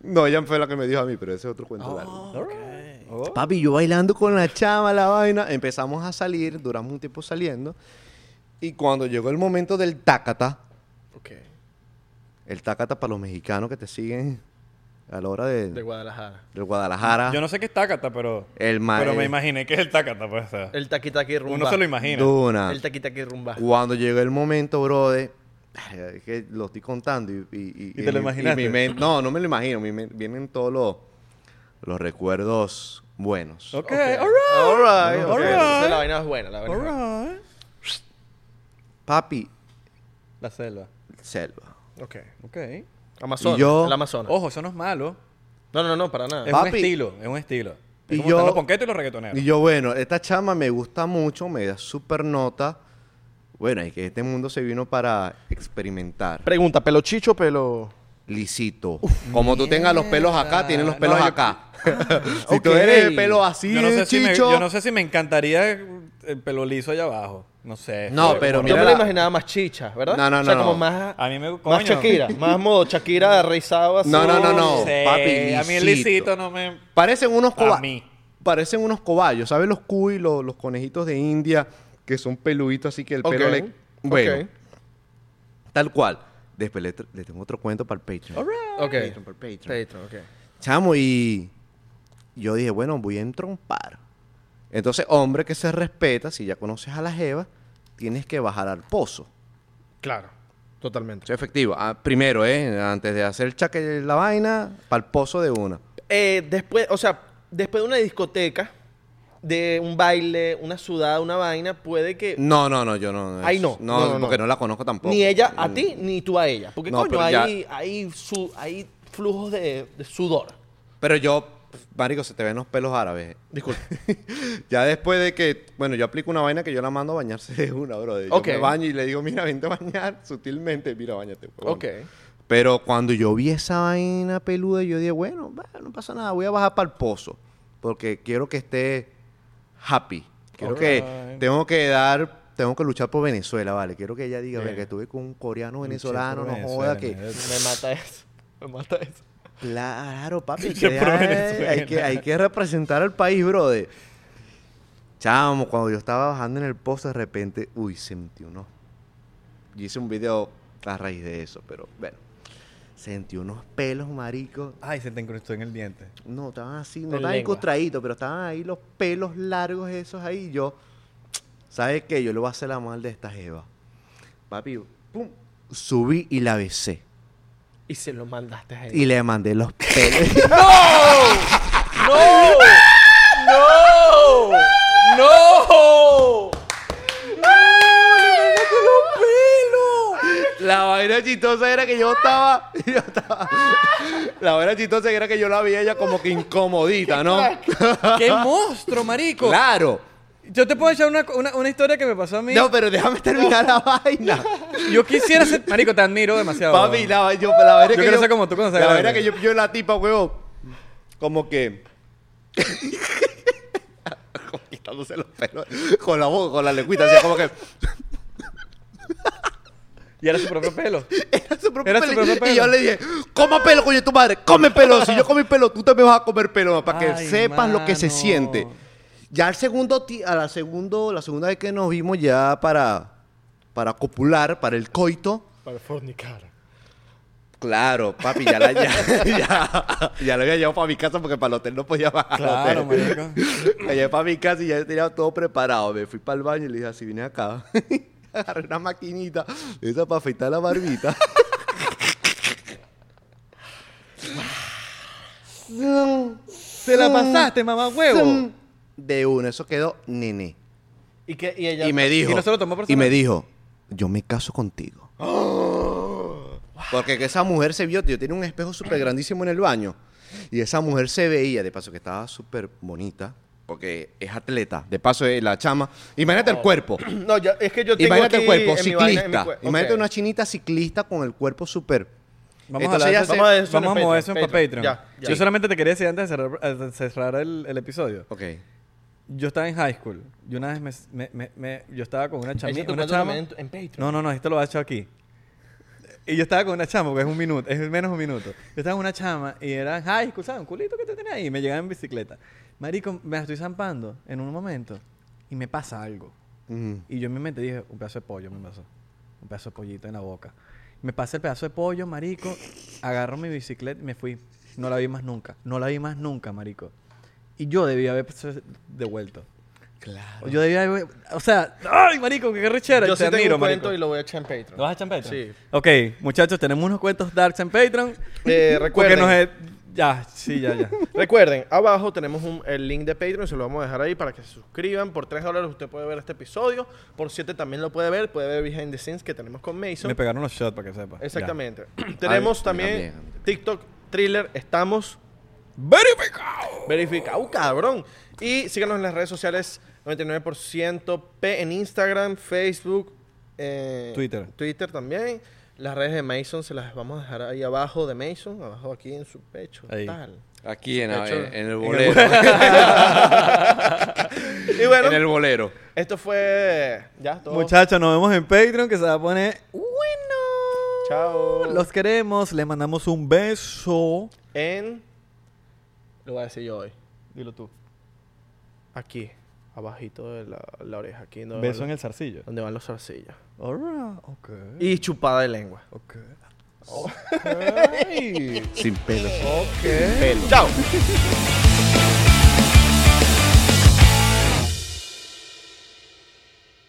Speaker 2: No, ella fue la que me dijo a mí, pero ese es otro cuento largo.
Speaker 3: Oh.
Speaker 2: Papi, yo bailando con la chama, la vaina. Empezamos a salir, duramos un tiempo saliendo. Y cuando llegó el momento del tácata,
Speaker 1: Ok.
Speaker 2: el tácata para los mexicanos que te siguen a la hora de,
Speaker 1: De Guadalajara.
Speaker 2: del Guadalajara,
Speaker 3: Yo no sé qué es Tácata, pero.
Speaker 2: el ma-
Speaker 3: Pero me
Speaker 2: Ah. eh,
Speaker 3: imaginé que es el Tácata, pues. o sea,
Speaker 1: El taquitaqui rumba.
Speaker 3: uno se lo imagina.
Speaker 2: Duna.
Speaker 1: El taquitaqui rumba.
Speaker 2: Cuando llegó el momento, bro, de... Es que lo estoy contando y... ¿Y,
Speaker 3: ¿Y te
Speaker 2: mi-
Speaker 3: lo imaginaste?
Speaker 2: mi men- no, no me lo imagino. mi men- vienen todos los, los recuerdos buenos.
Speaker 3: Ok,
Speaker 1: Ok.
Speaker 3: alright.
Speaker 1: Alright.
Speaker 3: Alright.
Speaker 1: ok. Entonces La vaina es buena, la vaina es buena.
Speaker 3: Alright.
Speaker 2: Papi,
Speaker 3: La selva.
Speaker 2: selva.
Speaker 1: Ok.
Speaker 3: Ok.
Speaker 1: Amazonas.
Speaker 2: Y yo-
Speaker 1: El Amazonas.
Speaker 3: Ojo, eso no es malo.
Speaker 1: No, no, no, para nada.
Speaker 3: Oh. Es un
Speaker 2: Papi.
Speaker 3: estilo, es un estilo. Es
Speaker 2: Y
Speaker 3: como
Speaker 2: yo-
Speaker 3: están los ponquetos y los reggaetoneros.
Speaker 2: Y yo, bueno, esta chama me gusta mucho, me da súper nota. Bueno, es que este mundo se vino para experimentar.
Speaker 1: Pregunta, ¿pelo chicho o pelo...?
Speaker 2: Lisito. Como tú tengas los pelos acá, tienes los
Speaker 3: No,
Speaker 2: pelos
Speaker 3: yo-
Speaker 2: acá. si tú
Speaker 1: Ok.
Speaker 2: eres de pelo así,
Speaker 3: Yo no, sé si me,
Speaker 2: chicho,
Speaker 3: yo no sé si me encantaría el pelo liso allá abajo. No sé.
Speaker 2: No, pero
Speaker 1: Yo
Speaker 2: mira.
Speaker 1: me lo
Speaker 2: la-
Speaker 1: imaginaba más chicha, ¿verdad?
Speaker 2: No, no,
Speaker 1: O sea,
Speaker 2: no,
Speaker 1: como
Speaker 2: no.
Speaker 1: más,
Speaker 3: A mí me- coño.
Speaker 1: más Shakira, más modo Shakira rizado así.
Speaker 2: No, no, no, no.
Speaker 3: sé,
Speaker 2: Papi,
Speaker 3: a mí el
Speaker 2: lisito.
Speaker 3: lisito no me...
Speaker 2: Parecen unos
Speaker 3: Pa'
Speaker 2: cobayos.
Speaker 3: mí.
Speaker 2: Parecen unos cobayos. ¿Sabes los cuy, los, los conejitos de India que son peluditos así que el pelo
Speaker 1: Ok,
Speaker 2: le. Bueno,
Speaker 1: ok.
Speaker 2: tal cual. Después le, tr- le tengo otro cuento para el Patreon.
Speaker 1: Ok.
Speaker 2: Patreon, por Patreon.
Speaker 1: Patreon, ok.
Speaker 2: Chamo, y yo dije, bueno, voy a entrompar. Entonces, hombre que se respeta, si ya conoces a la Jeva, tienes que bajar al pozo.
Speaker 1: Claro, totalmente.
Speaker 2: Soy efectivo. Ah, primero, ¿eh? Antes de hacer el chaque la vaina, para el pozo de una.
Speaker 1: Eh, después, o sea, después de una discoteca, de un baile, una sudada, una vaina, puede que
Speaker 2: No, no, no, yo no.
Speaker 1: Ahí
Speaker 2: es-
Speaker 1: no.
Speaker 2: No,
Speaker 1: No, no, no.
Speaker 2: porque no. la conozco tampoco.
Speaker 1: ni ella ah. a
Speaker 2: Mm.
Speaker 1: ti ni tú a ella. Porque
Speaker 2: No,
Speaker 1: coño,
Speaker 2: pero ya-
Speaker 1: hay, hay, su- hay flujos de, de sudor.
Speaker 2: Pero yo, pf, marico, se te ven los pelos árabes.
Speaker 1: Disculpa.
Speaker 2: Ya después de que, bueno, yo aplico una vaina que yo la mando a bañarse de una, bro. Yo
Speaker 1: Ok.
Speaker 2: me baño y le digo, mira, vente a bañar sutilmente. Mira, bañate. huevón.
Speaker 1: ok.
Speaker 2: Pero cuando yo vi esa vaina peluda, yo dije, bueno, va, no pasa nada, voy a bajar para el pozo. Porque quiero que esté happy. Quiero que
Speaker 3: Ok.
Speaker 2: tengo que dar, tengo que luchar por Venezuela, vale. Quiero que ella diga, "Verga, que estuve con un coreano venezolano, no
Speaker 3: Venezuela,
Speaker 2: joda que.
Speaker 3: madre.
Speaker 1: Me mata eso. Me mata eso.
Speaker 2: Claro, papi, hay
Speaker 3: Luché
Speaker 2: que,
Speaker 3: por
Speaker 2: dejar-
Speaker 3: Venezuela.
Speaker 2: hay, que, hay que representar al país, brother. Chamo, cuando yo estaba bajando en el pozo, de repente, uy, sentí unos. Yo hice un video a raíz de eso, pero bueno. Sentí unos pelos, marico.
Speaker 3: Ay, se te incrustó en el diente.
Speaker 2: No, estaban así,
Speaker 1: De
Speaker 2: no estaban
Speaker 1: lengua.
Speaker 2: encostraditos, pero estaban ahí los pelos largos esos ahí. Y yo, ¿sabes qué? Yo le voy a hacer la mal de esta jeva. Papi, pum, subí y la besé.
Speaker 1: Y se lo mandaste a
Speaker 2: Y
Speaker 1: ella.
Speaker 2: le mandé los pelos.
Speaker 3: ¡No! ¡No! ¡No!
Speaker 2: La vaina chistosa era que yo estaba. yo estaba- La vaina chistosa era que yo la vi a ella como que incomodita, ¿no?
Speaker 3: ¡Qué monstruo, marico!
Speaker 2: claro.
Speaker 3: Yo te puedo echar una, una- una historia que me pasó a mí.
Speaker 2: No, pero déjame terminar la vaina.
Speaker 3: Yo quisiera ser... Marico, te admiro demasiado.
Speaker 2: Papi,
Speaker 3: weón.
Speaker 2: la, va- yo, la vaina
Speaker 3: Yo
Speaker 2: es que
Speaker 3: quiero ser como tú cuando seas
Speaker 2: La vaina
Speaker 3: grande.
Speaker 2: es que yo yo la tipa, huevo. Como que. como quitándose los pelos. Con la boca, con la lengüita, así como que.
Speaker 3: Y era su propio pelo.
Speaker 2: Era su propio
Speaker 3: Era su
Speaker 2: pelo.
Speaker 3: propio pelo.
Speaker 2: Y yo le dije, coma pelo, coño, tu madre, come pelo. Si yo comí pelo, tú también vas a comer pelo, para que
Speaker 3: Ay,
Speaker 2: sepas lo que se
Speaker 3: mano.
Speaker 2: siente. Ya al segundo, ti- a la segundo, la segunda vez que nos vimos ya para, para copular, para el coito.
Speaker 1: Para fornicar.
Speaker 2: Claro, papi, ya la, ya, ya, ya la había llevado para mi casa porque para el hotel no podía bajar. al
Speaker 3: Claro,
Speaker 2: hotel.
Speaker 3: marico.
Speaker 2: La llevé para mi casa y ya tenía todo preparado. Me fui para el baño y le dije así, vine acá. Agarré una maquinita, esa para afeitar la barbita.
Speaker 3: Te la pasaste, mamá huevo.
Speaker 2: De uno, eso quedó nene.
Speaker 1: Y, que, y ella.
Speaker 2: Y me dijo,
Speaker 3: Y no se lo tomó
Speaker 2: y
Speaker 3: personal.
Speaker 2: me dijo, yo me caso contigo.
Speaker 1: ¡Oh!
Speaker 2: Porque que esa mujer se vio, yo tenía un espejo súper grandísimo en el baño. Y esa mujer se veía, de paso que estaba súper bonita, porque es atleta. De paso, eh, la chama. Imagínate el cuerpo.
Speaker 1: No, ya, es que Oh. yo tengo.
Speaker 2: Imagínate el
Speaker 1: aquí
Speaker 2: cuerpo,
Speaker 1: en mi vaina,
Speaker 2: ciclista.
Speaker 1: en mi cue-
Speaker 2: Imagínate
Speaker 1: ok.
Speaker 2: una chinita ciclista con el cuerpo súper.
Speaker 3: Vamos
Speaker 2: Entonces
Speaker 3: a
Speaker 2: ya se-
Speaker 3: hablar de eso. Vamos a,
Speaker 1: de eso en el
Speaker 3: mover eso
Speaker 1: Patreon,
Speaker 3: para
Speaker 1: Patreon.
Speaker 3: Patreon.
Speaker 1: Ya, ya.
Speaker 3: Yo
Speaker 1: Sí.
Speaker 3: solamente te quería decir antes de cerrar, de cerrar el, el episodio.
Speaker 2: Ok.
Speaker 3: Yo estaba en high school. Yo una vez me, me- me- me- yo estaba con una
Speaker 1: Ese
Speaker 3: chamita.
Speaker 1: tu
Speaker 3: Una
Speaker 1: cuento
Speaker 3: chama.
Speaker 1: también en- en Patreon.
Speaker 3: No, no, no, esto lo ha hecho aquí. Y yo estaba con una chama, porque es un minuto, es menos un minuto. Yo estaba con una chama y era high school, ¿sabes? Un culito que te tenía ahí. Y me llegaba en bicicleta. Marico, me la estoy zampando en un momento y me pasa algo.
Speaker 2: Mm.
Speaker 3: Y yo en mi mente dije, un pedazo de pollo me pasó. Un pedazo de pollito en la boca. Me pasé el pedazo de pollo, marico. Agarro mi bicicleta y me fui. No la vi más nunca. No la vi más nunca, marico. Y yo debía haber pues, devuelto. Claro. Yo debía haber... O sea... ¡Ay, marico! ¡Qué rechera!
Speaker 1: Yo
Speaker 3: Te
Speaker 1: sí tengo
Speaker 3: admiro,
Speaker 1: un cuento
Speaker 3: marico.
Speaker 1: y lo voy a echar en Patreon.
Speaker 3: ¿Lo vas a echar en Patreon?
Speaker 1: Sí.
Speaker 3: Ok, muchachos, tenemos unos cuentos darks en Patreon.
Speaker 1: Eh,
Speaker 3: Porque
Speaker 1: recuerden,
Speaker 3: nos... es- Ya, sí, ya, ya.
Speaker 1: recuerden, abajo tenemos un- el link de Patreon, se lo vamos a dejar ahí para que se suscriban. Por 3 dólares usted puede ver este episodio, por 7 también lo puede ver, puede ver Behind the Scenes que tenemos con Mason.
Speaker 3: me pegaron los shots para que sepa. Ya.
Speaker 1: Exactamente. tenemos
Speaker 2: Ay,
Speaker 1: también,
Speaker 2: también.
Speaker 1: TikTok, Thriller, estamos
Speaker 3: ¡Verificado!
Speaker 1: verificados, Uh, cabrón. Y síganos en las redes sociales 99% P en Instagram, Facebook, eh,
Speaker 3: Twitter.
Speaker 1: Twitter también. Las redes de Mason se las vamos a dejar ahí abajo de Mason, abajo aquí en su pecho.
Speaker 3: Ahí.
Speaker 1: Tal.
Speaker 2: Aquí en,
Speaker 1: De hecho,
Speaker 2: en el bolero.
Speaker 1: Y bueno,
Speaker 2: en el bolero.
Speaker 1: esto fue. Ya, todo.
Speaker 3: Muchachos, nos vemos en Patreon que se va a poner bueno.
Speaker 1: Chao.
Speaker 3: Los queremos, les mandamos un beso.
Speaker 1: En. Lo voy a decir yo hoy. Dilo tú. Aquí, abajito de la, la oreja. Aquí donde,
Speaker 3: beso
Speaker 1: van,
Speaker 3: en
Speaker 1: los-
Speaker 3: el zarcillo.
Speaker 1: donde van los zarcillos.
Speaker 3: Alright, okay.
Speaker 1: Y chupada de lengua.
Speaker 3: okay.
Speaker 2: Sin pelo.
Speaker 1: Chao.